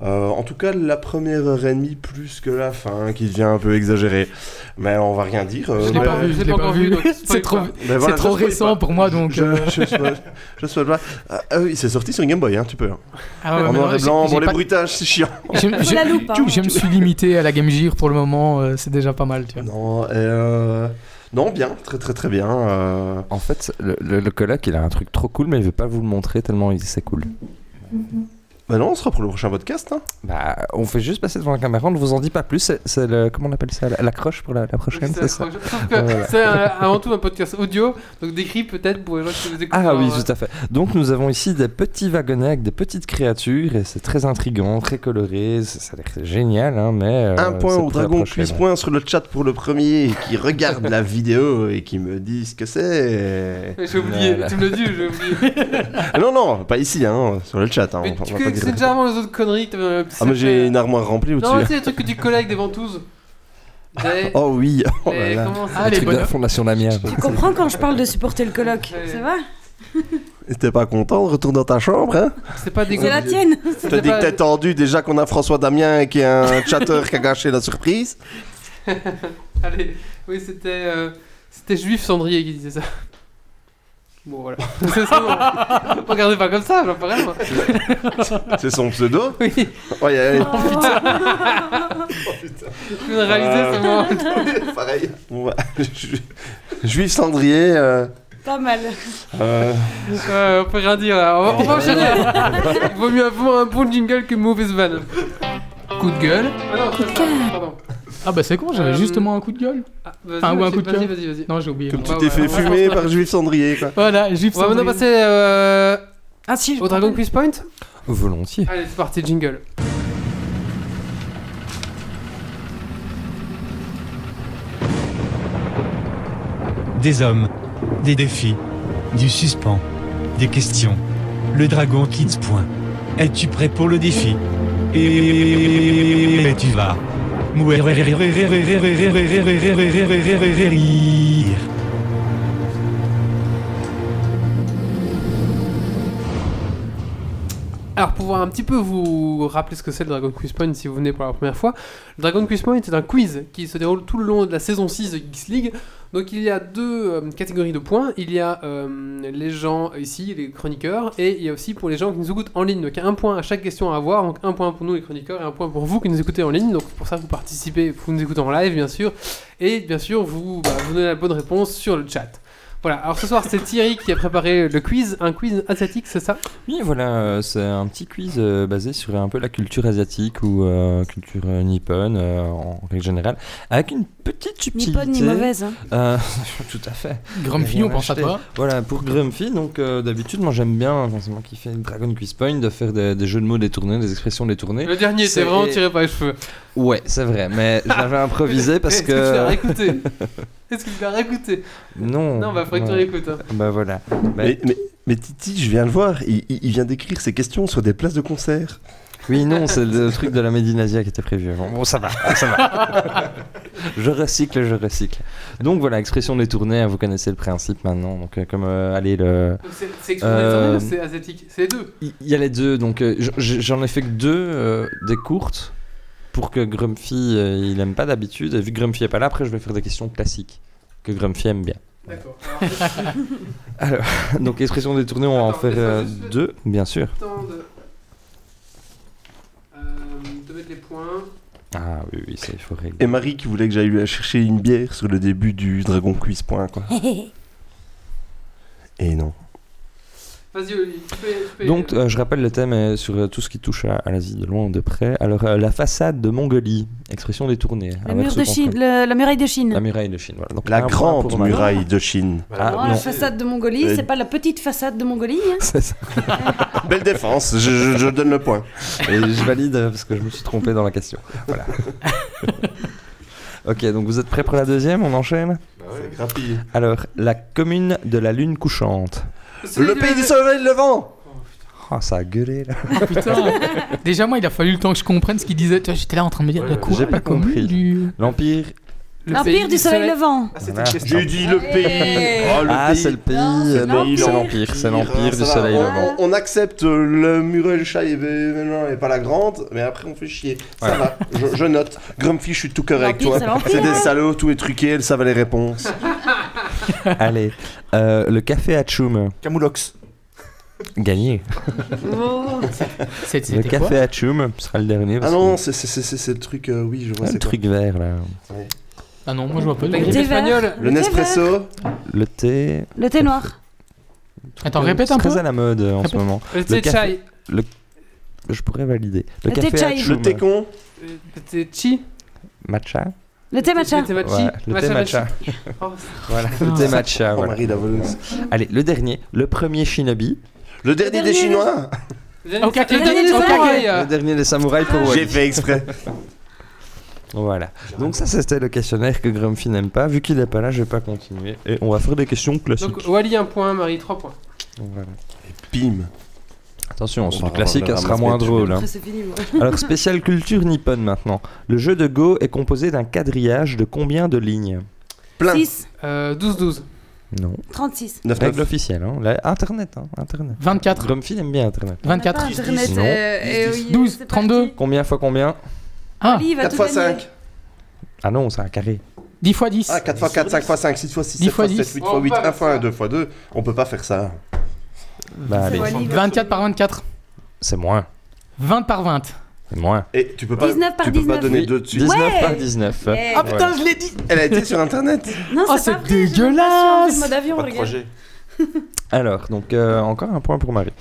Euh, en tout cas, la première heure et demie plus que la fin, qui devient un peu exagérée. Mais on va rien dire. euh, Je l'ai mais- pas vu, je l'ai pas encore vu, donc c'est spoil trop, pas. mais c'est voilà, trop je spoil récent pas. pour moi donc. Je, euh, je, spoil- je spoil pas. Ah, ah oui, c'est sorti sur Game Boy, hein, tu peux. hein. ah ouais, en mais noir non, et j'ai- blanc, j'ai bon, les pas- bruitages, c'est chiant. Euh, Je, Faut je- la loupe, hein. je me suis limité à la Game Gear pour le moment, euh, c'est déjà pas mal, tu vois. Non, et, euh, non, bien, très très très bien. euh, En fait, le, le, le coloc, il a un truc trop cool, mais il veut pas vous le montrer tellement il c'est cool. Bah non, on sera pour le prochain podcast. Hein. Bah, on fait juste passer devant la caméra, on ne vous en dit pas plus. C'est, c'est le. Comment on appelle ça la- L'accroche pour la, la prochaine, c'est ça Sauf que c'est un- avant tout un podcast audio, donc décrit peut-être pour les gens qui nous écoutent. Ah Alors, oui, euh, tout à fait. Donc nous avons ici des petits wagonnets avec des petites créatures et c'est très intriguant, très coloré, c'est- ça a l'air génial, hein, mais... euh, Un point c'est au pour la dragon prochaine. cuisse point sur le chat pour le premier qui regarde la vidéo et qui me dit ce que c'est. J'ai oublié, Voilà. tu me l'as dit, j'ai oublié. Ah non, non, pas ici, hein, sur le chat. Hein, mais on- on tu va connais pas dire- c'est déjà avant les autres conneries que t'avais un petit Ah, mais j'ai sacré- une armoire remplie Non, au-dessus. hein. tu sais, les trucs que tu colles avec des ventouses. Des- Oh oui, oh là des- là. comment ça Ah, Le les truc de la bonhommes. fondation Damien. Tu comprends quand je parle de supporter le colloque, Ouais. ça va T'es pas content, retourne dans ta chambre, hein C'est pas des C'est la tienne c'est T'as dit pas- que t'es tendu déjà qu'on a François Damien qui est un chatter qui a gâché la surprise. Allez, oui, c'était. euh, C'était Juif Cendrier qui disait ça. Bon, voilà. C'est ça, non. Regardez pas comme ça, j'en parle. moi. C'est son pseudo. Oui, Ouais, ouais, ouais. je viens de réaliser ce moment. Euh. pareil. Bon, bah, ju- Juif cendrier. euh, Pas mal. euh, Euh, on peut rien dire là. On va, on va enchaîner. Il vaut mieux avoir un bon jingle que mauvaise vanne. Coup de gueule. Ah non, c'est ça, pardon. Ah bah c'est con, j'avais Euh, justement un coup de gueule. Ah, vas-y, Ah, ou un vas-y, coup de Vas-y, cœur. vas-y, vas-y. Non, j'ai oublié. comme tu Ouais, t'es ouais, fait ouais, fumer ouais. par Juif cendrier, quoi. Voilà, Juif On va maintenant Sandrine. passer euh, Ah si, je au Dragon comprends. Quiz Point. Volontiers. Allez, c'est parti, jingle. Des hommes, des défis, du suspens, des questions. Le Dragon Kids. Point. Es-tu prêt pour le défi Et tu vas. mourir. Alors, pour voir un petit peu vous rappeler ce que c'est le Dragon Quiz Point si vous venez pour la première fois, le Dragon Quiz Point est un quiz qui se déroule tout le long de la saison 6 de Geeks League. Donc, il y a deux euh, catégories de points. Il y a euh, les gens ici, les chroniqueurs, et il y a aussi pour les gens qui nous écoutent en ligne. Donc, il y a un point à chaque question à avoir. Donc, un point pour nous, les chroniqueurs, et un point pour vous qui nous écoutez en ligne. Donc, pour ça, vous participez, vous nous écoutez en live, bien sûr. Et bien sûr, vous, bah, vous donnez la bonne réponse sur le chat. Voilà, alors ce soir, c'est Thierry qui a préparé le quiz, un quiz asiatique, c'est ça Oui, voilà, euh, c'est un petit quiz euh, basé sur un peu la culture asiatique ou euh, culture euh, nippone euh, en règle générale, avec une petite Ni subtilité. bonne ni mauvaise. Hein. Euh, tout à fait. Grumpy, Rien on pense à acheté. toi. Voilà, pour Grumpy, donc euh, d'habitude, moi j'aime bien, enfin, c'est moi qui fais Dragon Quiz Point, de faire des, des jeux de mots détournés, des expressions détournées. Le dernier, C'est- c'est vraiment tiré par les cheveux. Ouais, c'est vrai, mais je l'avais improvisé parce Est-ce que tu l'as que. réécouté Est-ce que tu l'as réécouté Non. Non, bah faudrait que tu Ouais. réécoutes. hein. Bah voilà. Mais, mais- mais Titi, je viens le voir, il, il- il vient d'écrire ses questions sur des places de concert. Oui, non, c'est le truc de la Médinasia qui était prévu. Bon, bon, ça va, ça va. je recycle, je recycle. Donc voilà, expression détournée, hein, vous connaissez le principe maintenant. Donc euh, comme, euh, allez, le... Donc C'est c'est Euh, expression ou c'est asiatique C'est les deux. il il y a les deux, donc euh, j- j- j'en ai fait que deux, euh, des courtes, pour que Grumpy, euh, il aime pas d'habitude. Et vu que Grumpy est pas là, après je vais faire des questions classiques, que Grumpy aime bien. D'accord. donc expression détournée, on va en Attends, faire laisse-moi euh, juste- deux, bien sûr. Temps de. Euh, de mettre les points. Ah oui, oui, ça il faut régler. Et Marie qui voulait que j'aille lui chercher une bière sur le début du Dragon Quiz point, quoi. Et non. Vas-y, Oli, tu peux- tu peux- Donc, euh, je rappelle le thème euh, sur euh, tout ce qui touche à, à l'Asie de loin ou de près. Alors, euh, la façade de Mongolie, expression Ah, détournée. Le Inverse mur de contre- Chine, le- la muraille de Chine. bah, La muraille de Chine, voilà. Donc, un La point grande pour Marie. muraille de Chine. Voilà. Oh, Ah, la non. façade de Mongolie, Euh, c'est pas la petite façade de Mongolie. Hein. C'est ça. Belle défense, je, je- je donne le point. Et je valide euh, parce que je me suis trompé dans la question. Voilà. ok, donc vous êtes Bah prêts pour la deuxième On enchaîne C'est grappillé. Alors, la commune de la lune couchante. Le pays du soleil levant Oh, ça a gueulé là. Ah, Putain. Déjà, moi, il a fallu le temps que je comprenne ce qu'il disait. Tu vois, J'étais là en train de me dire Ouais, la cour j'ai pas pas compris. Du... L'Empire. L'Empire du soleil levant. Ah, c'était Voilà. une question. J'ai dit le pays. Oh, le Ah, pays. c'est le pays. Non, c'est euh, Non, l'Empire. c'est l'Empire. C'est l'Empire Ça du va, Soleil on, Levant. On accepte le Muriel Chai et Vemelin et pas la grande, mais après on fait chier. Ça Ouais. va, je, je note. Grumpy, je suis tout correct, L'Empire, toi. c'est l'Empire, C'est des hein. salauds, tout est truqué, elles savent les réponses. Allez, euh, le café à Tchoum. Camoulox. Gagné. Oh. C'est- Le C'était quoi café à Tchoum sera le dernier. Ah parce non, que- c'est c'est- c'est- c'est- c'est le truc, euh, oui, je vois. Ah, le c'est quoi. truc vert là. Ah non, moi, je vois pas. La grippe thé espagnole. Le Le thé Nespresso, Le thé. Le thé noir. Attends, Euh, répète c'est un peu. Très à la mode euh, en Répète. ce moment. Le thé Le café- chai. Je pourrais valider. Le, Le thé café à chai. Tchoum. le Técon, Euh, Le thé chi. Matcha. Le thé matcha. Le thé Ouais, matcha. le thé matcha. Oh, voilà, le thé matcha. oh, voilà. Marie la voleuse. Allez, le dernier, le premier shinobi, Le dernier des dernier. Chinois c'est- Ok, Le ok, dernier des ok, ok. samouraïs, euh. le dernier des samouraïs pour J'ai Wally. fait exprès. Voilà. Donc ça, c'était le questionnaire que Grumpy n'aime pas. Vu qu'il n'est pas là, je vais pas continuer. Et on va faire des questions classiques. Donc Wally un point, Marie 3 points. Voilà. Pim. Attention, On sur va le classique, revoir le elle sera ramasse moins des tubes. drôle. hein. Après, c'est fini, moi. Alors, spécial culture nippone maintenant. Le jeu de Go est composé d'un quadrillage de combien de lignes Plein. 6, Euh, 12-12. Non. 36. 9 Règle officielle, hein. La- Internet, hein. Internet. 24. Grumpy aime bien Internet. 24. Internet, Non. euh, eh oui, 12, c'est parti. 32. Combien fois combien Ah, Oli, il va 4 tout x gagner. 5. Ah non, c'est un carré. 10 fois 10. Ah, 4 x 4, 5 x 5, 6 x 6, Dix 7 fois x 7, dix. 8 On peut x 8, Oh, pas 1 x faire 1, ça. 2 x 2. On peut pas faire ça. Bah allez, Wally. 24 par 24. c'est moins. 20 par 20. C'est moins. Et tu peux pas, 19 par tu peux pas 19. donner Oui, 2 dessus. 19 Ouais. par 19. Yeah. Ah, putain, je l'ai dit Elle a été sur internet Non, Oh, c'est pas c'est vrai, j'ai même pas su enlever dégueulasse. le mode avion, Pas de regarde. projet. Alors, donc euh, encore un point pour Marie.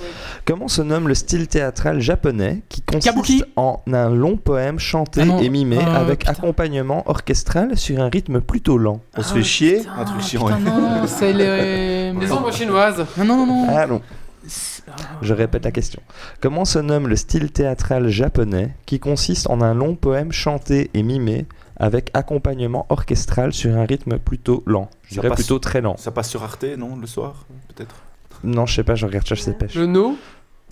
Comment se nomme le style théâtral japonais qui consiste Kabuki. en un long poème chanté Ah non, et mimé euh, avec putain. accompagnement orchestral sur un rythme plutôt lent On se fait chier. Un truc chiant. Ah, Putain, non, ouais. non, c'est les. Les ombres chinoises. Non, non, non, non. Allons. Ah, Je répète la question. Comment se nomme le style théâtral japonais qui consiste en un long poème chanté et mimé avec accompagnement orchestral sur un rythme plutôt lent Je Ça dirais passe. plutôt très lent. Ça passe sur Arte, non, le soir Peut-être. Non, je sais pas, je regarde Cherche ses pêches. Le no.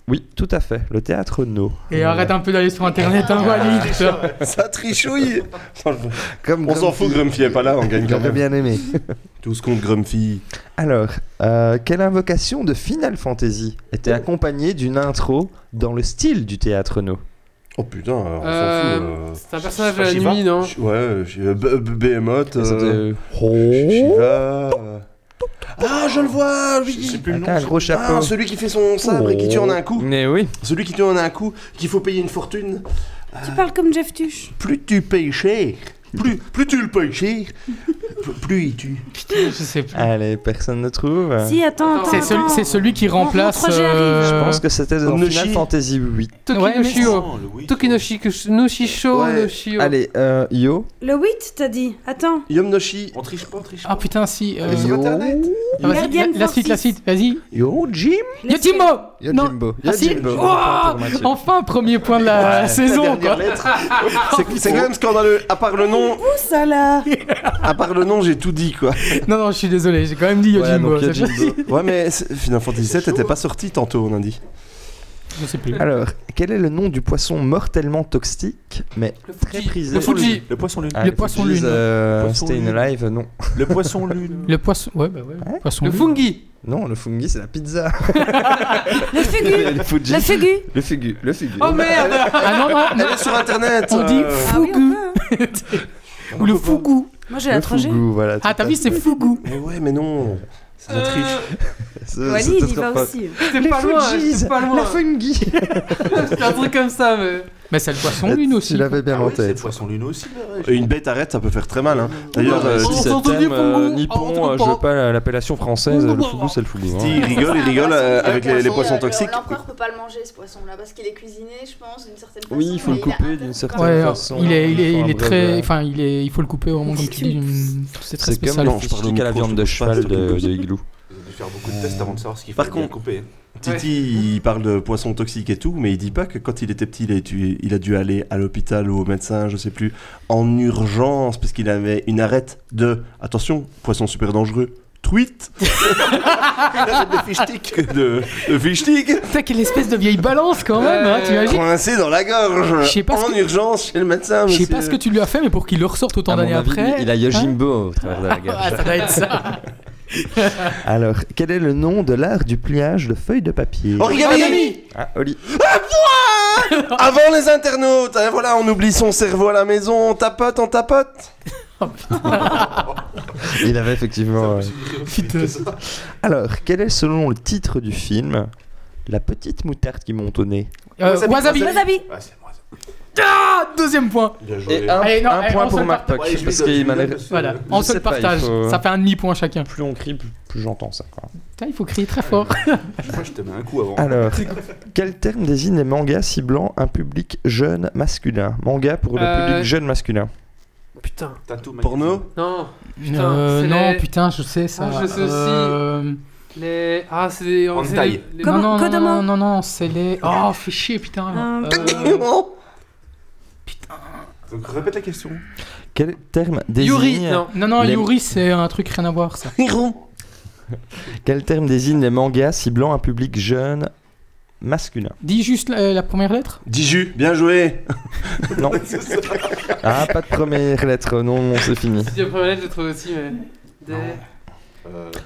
Oui, tout à fait. Le théâtre No. Et arrête un peu d'aller sur internet, hein, Wally. putain. Ça trichouille Putain, je- Comme On s'en fout, Grumpy est pas là, on gagne quand J'aurais même. bien aimé. Tout ce compte Grumpy. Alors, euh, quelle invocation de Final Fantasy Oh. était accompagnée d'une intro dans le style du théâtre No Oh putain, on Euh, s'en fout. C'est un personnage c'est à pas la Shiva nuit, non euh. Ch- Ouais, ch- euh, B- B- Behemoth. euh, Ch- Oh. Shiva. euh. Ah, je le vois, oui plus Avec un gros chapeau. Oh. Ah, celui qui fait son sabre et qui tue en un coup. Eh Mais oui. Celui qui tue en un coup, qu'il faut payer une fortune. Euh, Tu parles comme Jeff Tuch. Plus tu payes cher, plus, plus tu le payes cher, plus- plus il tue. Je sais plus. Allez, personne ne trouve. Si, attends, attends. C'est celui, attends. c'est celui qui mon remplace. euh, projet arrive. Je pense que c'était dans Noshi. Final Fantasy 8. Ouais, mais- Tokinoshio. le oui. Tokinoshi Noshio Ouais. Noshio. Allez, euh, Yo. Le 8, t'as dit. Attends. Yom Noshi. On triche pas, on triche pas. Ah putain, si. euh, Elle est sur Yo. internet. ah, vas-y, Guardian la, la suite, la Forces. suite, vas-y. Yo, Jim. Yotimo Yo, Non. Jimbo. Ah, si. Jimbo. Ouah Pour Mathieu. Enfin, premier point de la saison, quoi. C'est c'est quand même scandaleux. Euh, À part le nom, Où ça là à part le nom, j'ai tout dit quoi. Non, non, je suis désolé, j'ai quand même dit Voilà, Yojimbo. donc Yo, c'est pas- Jimbo. Ouais, mais c'est- Final Fantasy VII était pas sorti tantôt, on a dit. Je sais plus. Alors, quel est le nom du poisson mortellement toxique, mais Le très Fuji. prisé Le Fuji. Le poisson lune. Ah, Le poisson Fuji's, lune. euh, Poisson Stay in lune. Alive, non. Le poisson lune. Le poisson. Ouais, bah ouais. Hein poisson Le lune. fungi. Non, le fungi, c'est la pizza. Le fugu. le Fuji. Le fugu. Le fugu. Le fugu. Oh merde Ah non, non, non. Elle est sur internet. On dit euh, Ah oui, on fugu. peut, hein. Ou le fougou. Moi j'ai le la trangée. fugu, voilà. Ah, tout t'as à vu, fait. c'est fougou. Mais ouais, mais non. C'est de la triche. C'est- Wally, c'est Euh, il y trop va fort. aussi. C'était pas loin, c'était pas loin. fungi. C'était un truc comme ça, mais... Mais c'est le poisson lune Tu aussi. l'avais bien Ah en ouais, c'est le tête. poisson lune aussi. là, ouais. Et Une bête arrête, ça peut faire très mal. Hein. D'ailleurs, Ouais, euh, on c'est s'entendait thème, euh, fugu, on nippon, s'entend euh, je veux pas. pas la- l'appellation française, le fugu c'est le fugu. hein. Steve, il rigole, il rigole euh, avec les, les poissons toxiques. L'empereur peut pas le manger ce poisson-là parce qu'il est cuisiné, je pense, d'une certaine façon. Oui, il faut le et a couper un d'une peu certaine comme- Ouais, façon. il est, il est, Enfin, il est bref, très. euh, Enfin, il est, il faut le couper vraiment comme tu dis. d'une- C'est très C'est comme spécial. le Non, je parle de fugu à la micro, je viande de bouge pas, cheval c'est de comme- de Igloo. Ils ont dû faire beaucoup de tests avant de savoir ce qu'il faut Par bien contre- couper. Titi, il parle de poissons toxiques et tout, mais il dit pas que quand il était petit, il a, dû- il a dû aller à l'hôpital ou au médecin, je sais plus, en urgence, parce qu'il avait une arête de attention, poisson super dangereux, truite. de fichtig. De, de fichtig. Putain, quelle espèce de vieille balance quand même, hein, Euh, t'imagines Coincé dans la gorge. Je sais pas ce en que- urgence chez le médecin. Je sais monsieur. pas ce que tu lui as fait, mais pour qu'il le ressorte autant À mon d'années avis, après. il- Il a Yojimbo au travers de la Ah, gare. ça doit être ça. Alors, quel est le nom de l'art du pliage de feuilles de papier Origami Ah, Oli. Avant les internautes, hein, voilà, on oublie son cerveau à la maison, on tapote, on tapote. Oh, Il avait effectivement. euh, Alors, quel est selon le titre du film la petite moutarde qui monte au nez Euh, Wasabi, wasabi. Wasabi Ah, c'est moi. ça. Ah, deuxième point. Bien Et un, Allez, non, un allez, point on pour se le Marc Poc, Ouais, je lui parce donne, je qu'il lui m'a donne, l'air- parce que- Voilà, en Je seul sais pas, il partage. faut- Ça fait un demi-point chacun. Plus on crie, plus, plus j'entends ça. quoi. Putain, il faut crier très fort. Je crois que je te mets un coup avant. Alors, quel terme désigne les mangas ciblant un public jeune masculin Manga pour le Euh, public jeune masculin. Putain, Tatou magnifique. Porno non. Putain, Euh, c'est non, les- putain, je sais ça. Ah, je sais aussi. Euh, Les... Ah, c'est des. En c'est taille. les- les- Comment- Non, non, non, Kodomo non, non, non, c'est les. Oh, fais chier, putain. Euh, Euh, Donc répète la question. Quel terme désigne Yuri, non. Non, non, Les- Yuri, c'est un truc rien à voir, ça. Quel terme désigne les mangas ciblant un public jeune masculin Dis juste la, la première lettre. Diju, bien joué. Non. Ah, pas de première lettre, non, non, c'est fini. Si la première lettre, je trouve aussi, mais. Des-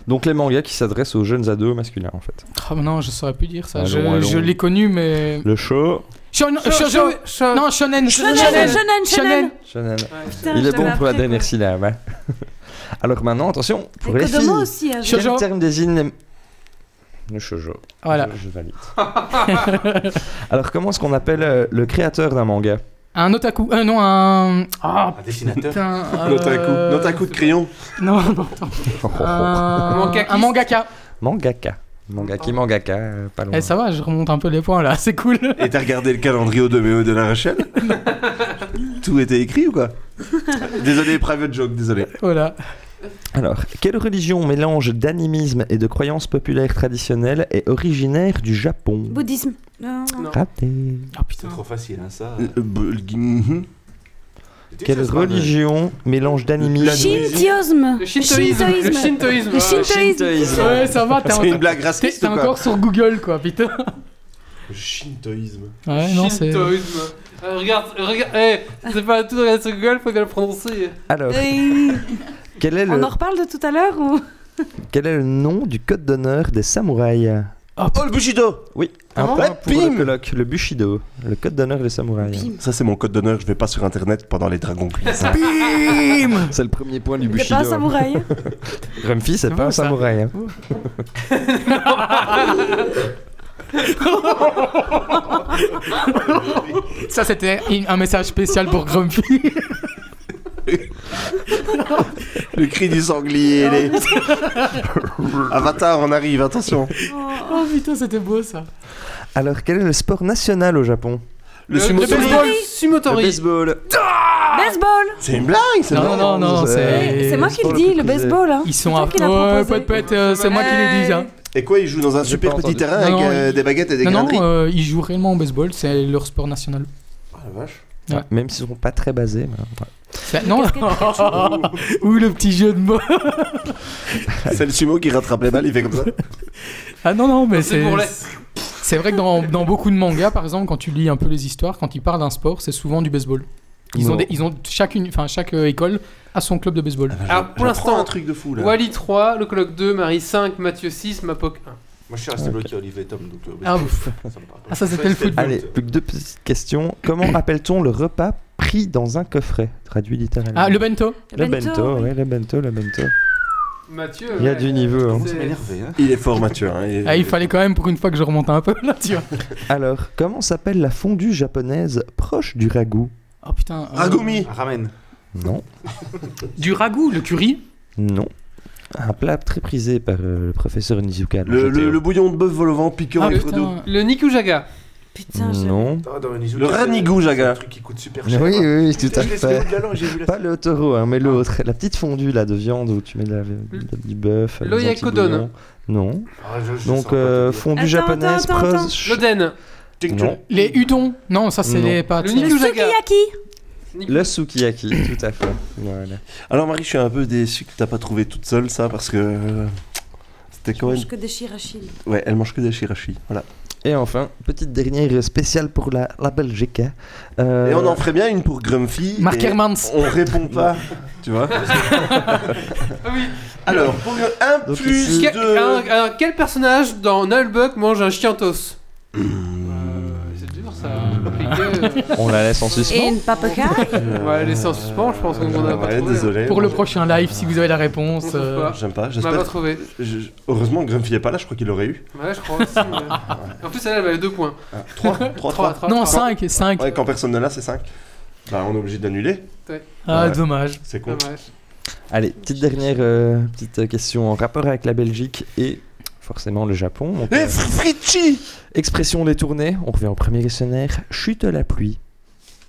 Donc les mangas qui s'adressent aux jeunes ados masculins, en fait. Oh, mais non, je saurais plus dire ça. Allons, je allons. je l'ai connu, mais. Le show, Shon- Cho- Shoujo- cho- cho- Non, Shonen. Shonen, Shonen, Shonen, Shonen. Chanel. Ouais. Putain, Il je est bon l'avais pour la appris, dernière quoi. syllabe. hein. Alors maintenant, attention, pour Et les filles. Kodomo aussi. hein, je- Quel Shoujo. terme désigne les- le shoujo Voilà. Je, je valide. Alors comment est-ce qu'on appelle euh, le créateur d'un manga Un otaku. Euh, non, un. Ah, Un dessinateur. putain. euh, Notaku. Notaku de crayon. Non, non, non. Oh, Oh, Un, Mangakiste. un mangaka. Euh. Mangaka. Mangaki, mangaka, euh, pas loin. Eh, ça va, je remonte un peu les points là, c'est cool. Et t'as regardé le calendrier de Méo de la Rachel Tout était écrit ou quoi Désolé, private joke, désolé. voilà. Alors, quelle religion mélange d'animisme et de croyances populaires traditionnelles est originaire du Japon Bouddhisme. Non, non. Non. Raté. Ah C'est putain. trop facile, hein, ça. Euh, b- g- mhm. Quelle religion mélange d'animisme Shintoïsme. Le shintoïsme. Le shintoïsme. Le ouais. shintoïsme. Ouais, ça va, t'es C'est une encore, blague t'es- raciste t'es ou quoi encore sur Google quoi, putain. Shintoïsme. Ouais, non, c'est. Shintoïsme. Euh, regarde, regarde, eh, c'est pas tout regarder sur Google, faut bien le prononcer. Alors, Euh, quel est, On le, en reparle de tout à l'heure ou quel est le nom du code d'honneur des samouraïs Oh, le Bushido Oui, un Ah, point ouais, pour le bim colloque, le Bushido, le code d'honneur des samouraïs. Ça, c'est mon code d'honneur, je vais pas sur internet pendant les dragons. C'est le premier point du T'es Bushido. pas un samouraï hein. Ah Grumpy, c'est C'est pas beau, un ça. samouraï. hein. Ça, c'était une- un message spécial pour Grumpy. Le cri du sanglier. les- Avatar, on arrive, attention. Oh. oh putain, c'était beau ça. Alors, quel est le sport national au Japon Le sumo- baseball. Le Sumotori. baseball. Ah Baseball. C'est une blague, c'est Non, non, non, non, c'est- c'est. C'est moi qui pour le le dis, coup le de- baseball. hein. Ils sont C'est toi à qui l'as Ouais, proposé. pète, pète, euh, c'est moi qui l'ai dit ça. Et quoi, il joue dans un hein. J'ai super pas petit entendu. terrain Non, avec non, euh, il- des baguettes et des Non, non, graineries euh, ils jouent réellement au baseball, c'est leur sport national. Ah, la vache. Ouais. Même s'ils sont pas très basés. mais- C'est- Non, Ou le petit jeu de mots. C'est le sumo qui rattrape les balles, il fait comme ça. Ah non, non, mais C'est c'est. pour les. C'est vrai que dans, dans beaucoup de mangas, par exemple, quand tu lis un peu les histoires, quand ils parlent d'un sport, c'est souvent du baseball. Ils Non. ont, des- ils ont chacune, enfin chaque euh, école a son club de baseball. Ah, bah, Alors pour J'apprends l'instant, un truc de fou là. Wally 3, le colloque 2, Marie 5, Mathieu 6, Mapoc 1. Moi, je suis resté bloqué Olivier et Tom, donc. euh, Ah, ouf. Ça me parle pas. Ah, ça, c'était le football. Allez, plus que deux petites questions. Comment appelle-t-on le repas pris dans un coffret Traduit littéralement. Ah, le bento. Le bento, ouais, le bento, le bento. Mathieu. Il y a ouais. du niveau. hein. Ça m'énervait, hein. Il est fort, Mathieu. hein, Ah, il fallait quand même pour une fois que je remonte un peu là, tu vois. Alors, comment s'appelle la fondue japonaise proche du ragoût Oh putain. euh, Ragumi Ramen. Non, Du ragoût, le curry. non. Un plat très prisé par euh, le hein. professeur Nizuka. Le, j'étais le- au- le bouillon de bœuf au levant piquant Ah et fredou. putain. Le Nikujaga. Putain, je- Non. Ah, dans Onizuka, Le c'est- Ranigou, c'est Jaga. Un truc qui coûte super Oui, cher. oui, oui, tout Putain, à je l'ai fait fait. au galant et j'ai vu la Ah. Pas le taureau, hein, mais l'autre. La petite fondue là, de viande où tu mets de la- Hmm. de- du bœuf. euh, des L'oyakodon. antibouillons. Non. Ah, je- je sens Donc, pas euh, te dire. fondue Attends, japonaise attends, attends, proche. L'Oden. Non. Les udon. Non, ça c'est Non. les pâtes. Le Le Nikujaga. sukiyaki. Le sukiyaki, tout à fait. Voilà. Alors Marie, je suis un peu déçu que t'as pas trouvé toute seule ça parce que euh, c'était quand même. Mange que des shirachis. Ouais, elle mange que des shirashi, voilà. Et enfin, petite dernière spéciale pour la, la Belgique. hein. Euh, Et on en ferait bien une pour Grumpy. Mark et Hermans. On répond pas, tu vois. Alors pour le 1 Donc plus ici- Que- 2 un- un- quel personnage dans Nullbuck mange un chientos C'est dur ça. compliqué, euh. On la laisse en Et suspens. une papegaille On va la laisser en suspens, je pense qu'on en a pas trouvé. hein. désolé. Pour le Moi, prochain live, si vous avez la réponse. On trouve euh, pas. je- J'aime pas, On l'a pas j'espère. trouvé. je- je- Heureusement, Grumpy est pas là, je crois qu'il l'aurait eu. Ouais, je crois aussi. mais- En plus, elle elle valait 2 points. 3, 3, 3. Non, 5, 5. Ouais, quand personne ne l'a, c'est 5. Bah, on est obligé d'annuler, Ah, ouais. dommage. c'est con. Dommage. Allez, petite dernière euh, petite euh, question en rapport avec la Belgique et forcément le Japon. Donc, Eh, euh, expression détournée, on revient au premier questionnaire. Chute la pluie.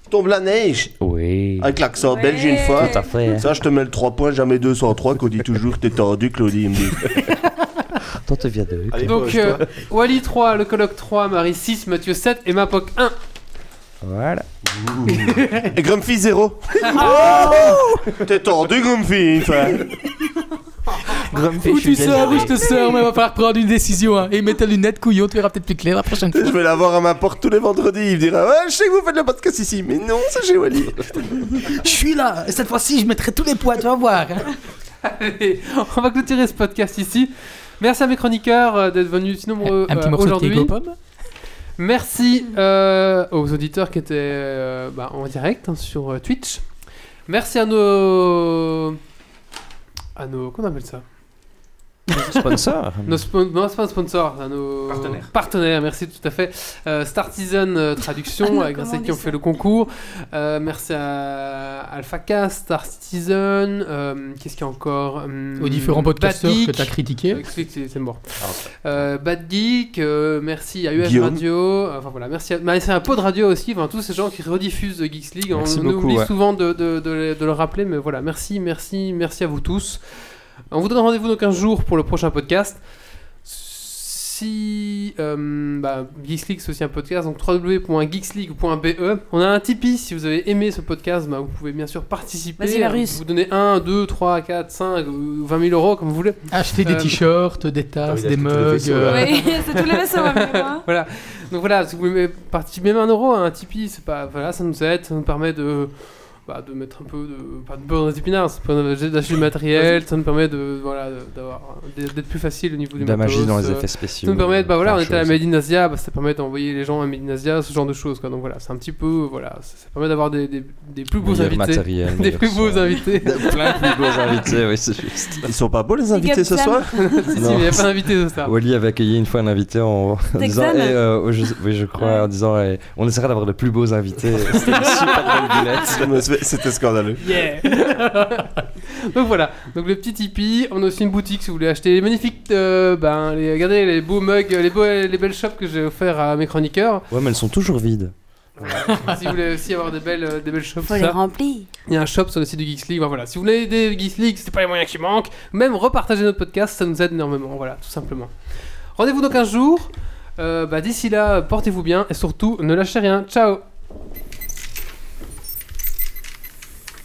Tombe la neige Oui. Avec l'accent Ouais. belge une fois. Tout à fait. Ça, je te mets le 3 points, jamais 203, qu'on dit toujours que t'es tordu, Claudie, il me dit. Toi, te viens de. Donc, euh, Wally 3, le colloque 3, Marie 6, Mathieu 7 et Mapoc 1. Voilà. Et Grumpy 0 T'es tordu, Grumpy, une fois. Où tu sors, où je te sors, mais il va falloir prendre une décision. hein. Et mets ta lunette, couillon, tu verras peut-être plus clair la prochaine fois. Je vais l'avoir à ma porte tous les vendredis, il me dira Ouais, je sais que vous faites le podcast ici, mais non, c'est chez Wally. Je suis là, et cette fois-ci, je mettrai tous les points, tu vas voir. hein. Allez, on va clôturer ce podcast ici. Merci à mes chroniqueurs euh, d'être venus si nombreux Un petit euh, morceau de aujourd'hui. Tego Pomme Merci euh, aux auditeurs qui étaient euh, bah, en direct hein, sur euh, Twitch. Merci à nos. à nos. Comment on appelle ça Sponsor. Nos spon- non, c'est pas un sponsor, à nos Partenaires. Partenaires, merci tout à fait. Euh, Startisan euh, Ah Traduction, non, avec grâce comment à on qui dit on fait ça le concours. Euh, merci à AlphaCast, Startisan, euh, qu'est-ce qu'il y a encore Hum, Aux différents podcasteurs Bad Geek. que t'as critiqués. Euh, clique, c'est c'est mort. Euh, Bad Geek, euh, merci à US Guillaume. Radio, euh, enfin voilà, merci à, merci à Pod Radio aussi, enfin, tous ces gens qui rediffusent euh, Geeks League. Merci on beaucoup, oublie ouais. souvent de, de- de le- de le rappeler, mais voilà, merci, merci, merci à vous tous. On vous donne rendez-vous dans 15 jours pour le prochain podcast. Si euh, bah, Geeks League c'est aussi un podcast, donc www.geeksleague.be. On a un Tipeee, si vous avez aimé ce podcast, bah, vous pouvez bien sûr participer. Vas-y, la russe. Vous donnez 1, 2, 3, 4, 5, ou 20 000 euh, euros comme vous voulez. Acheter des Euh, t-shirts, des tasses, Ah oui, des acheter tous les mugs. vaisseaux, là. euh, Oui, c'est tous les vaisseaux, hein. moi. Donc voilà, si vous voulez participer même un euro à un Tipeee, c'est pas, voilà, ça nous aide, ça nous permet de, bah, de mettre un peu de, pas de beurre dans les épinards, ça permet d'acheter du matériel, ça nous permet de, voilà, de- d'avoir, d'être plus facile au niveau du De la magie matos, dans les euh, effets Ça spéciaux. nous permet, bah voilà, on plein de était à la choses. Made in Asia, bah, ça permet d'envoyer les gens à Made in Asia, ce genre de choses, quoi. Donc voilà, c'est un petit peu, voilà, ça, ça permet d'avoir des, des, des plus beaux Meilleur invités, matériel, des meilleur plus beaux son. invités. Plein de plus beaux invités, oui, c'est juste. Ils sont pas beaux, les Big invités up, ce Sam. soir si, si, Non. mais y a pas d'invités de ça. Wally avait accueilli une fois un invité en, en disant Texane. eh, euh, je, oui, je crois en disant eh, on essaiera d'avoir les plus beaux invités. C'était une super bonne boulette. C'était scandaleux. Yeah Donc voilà, donc le petit Tipeee, on a aussi une boutique si vous voulez acheter les magnifiques, euh, ben, les, regardez les beaux mugs, les, beaux, les belles shops que j'ai offert à mes chroniqueurs. Ouais, mais elles sont toujours vides. si vous voulez aussi avoir des belles, euh, des belles shops, Faut les ça. remplir. il y a un shop sur le site du Geeks League. Ben voilà, si vous voulez aider Geeks League, c'est pas les moyens qui manquent. Même repartager notre podcast, ça nous aide énormément. Voilà, tout simplement. Rendez-vous dans 15 jours. Euh, bah, D'ici là, portez-vous bien et surtout, ne lâchez rien. Ciao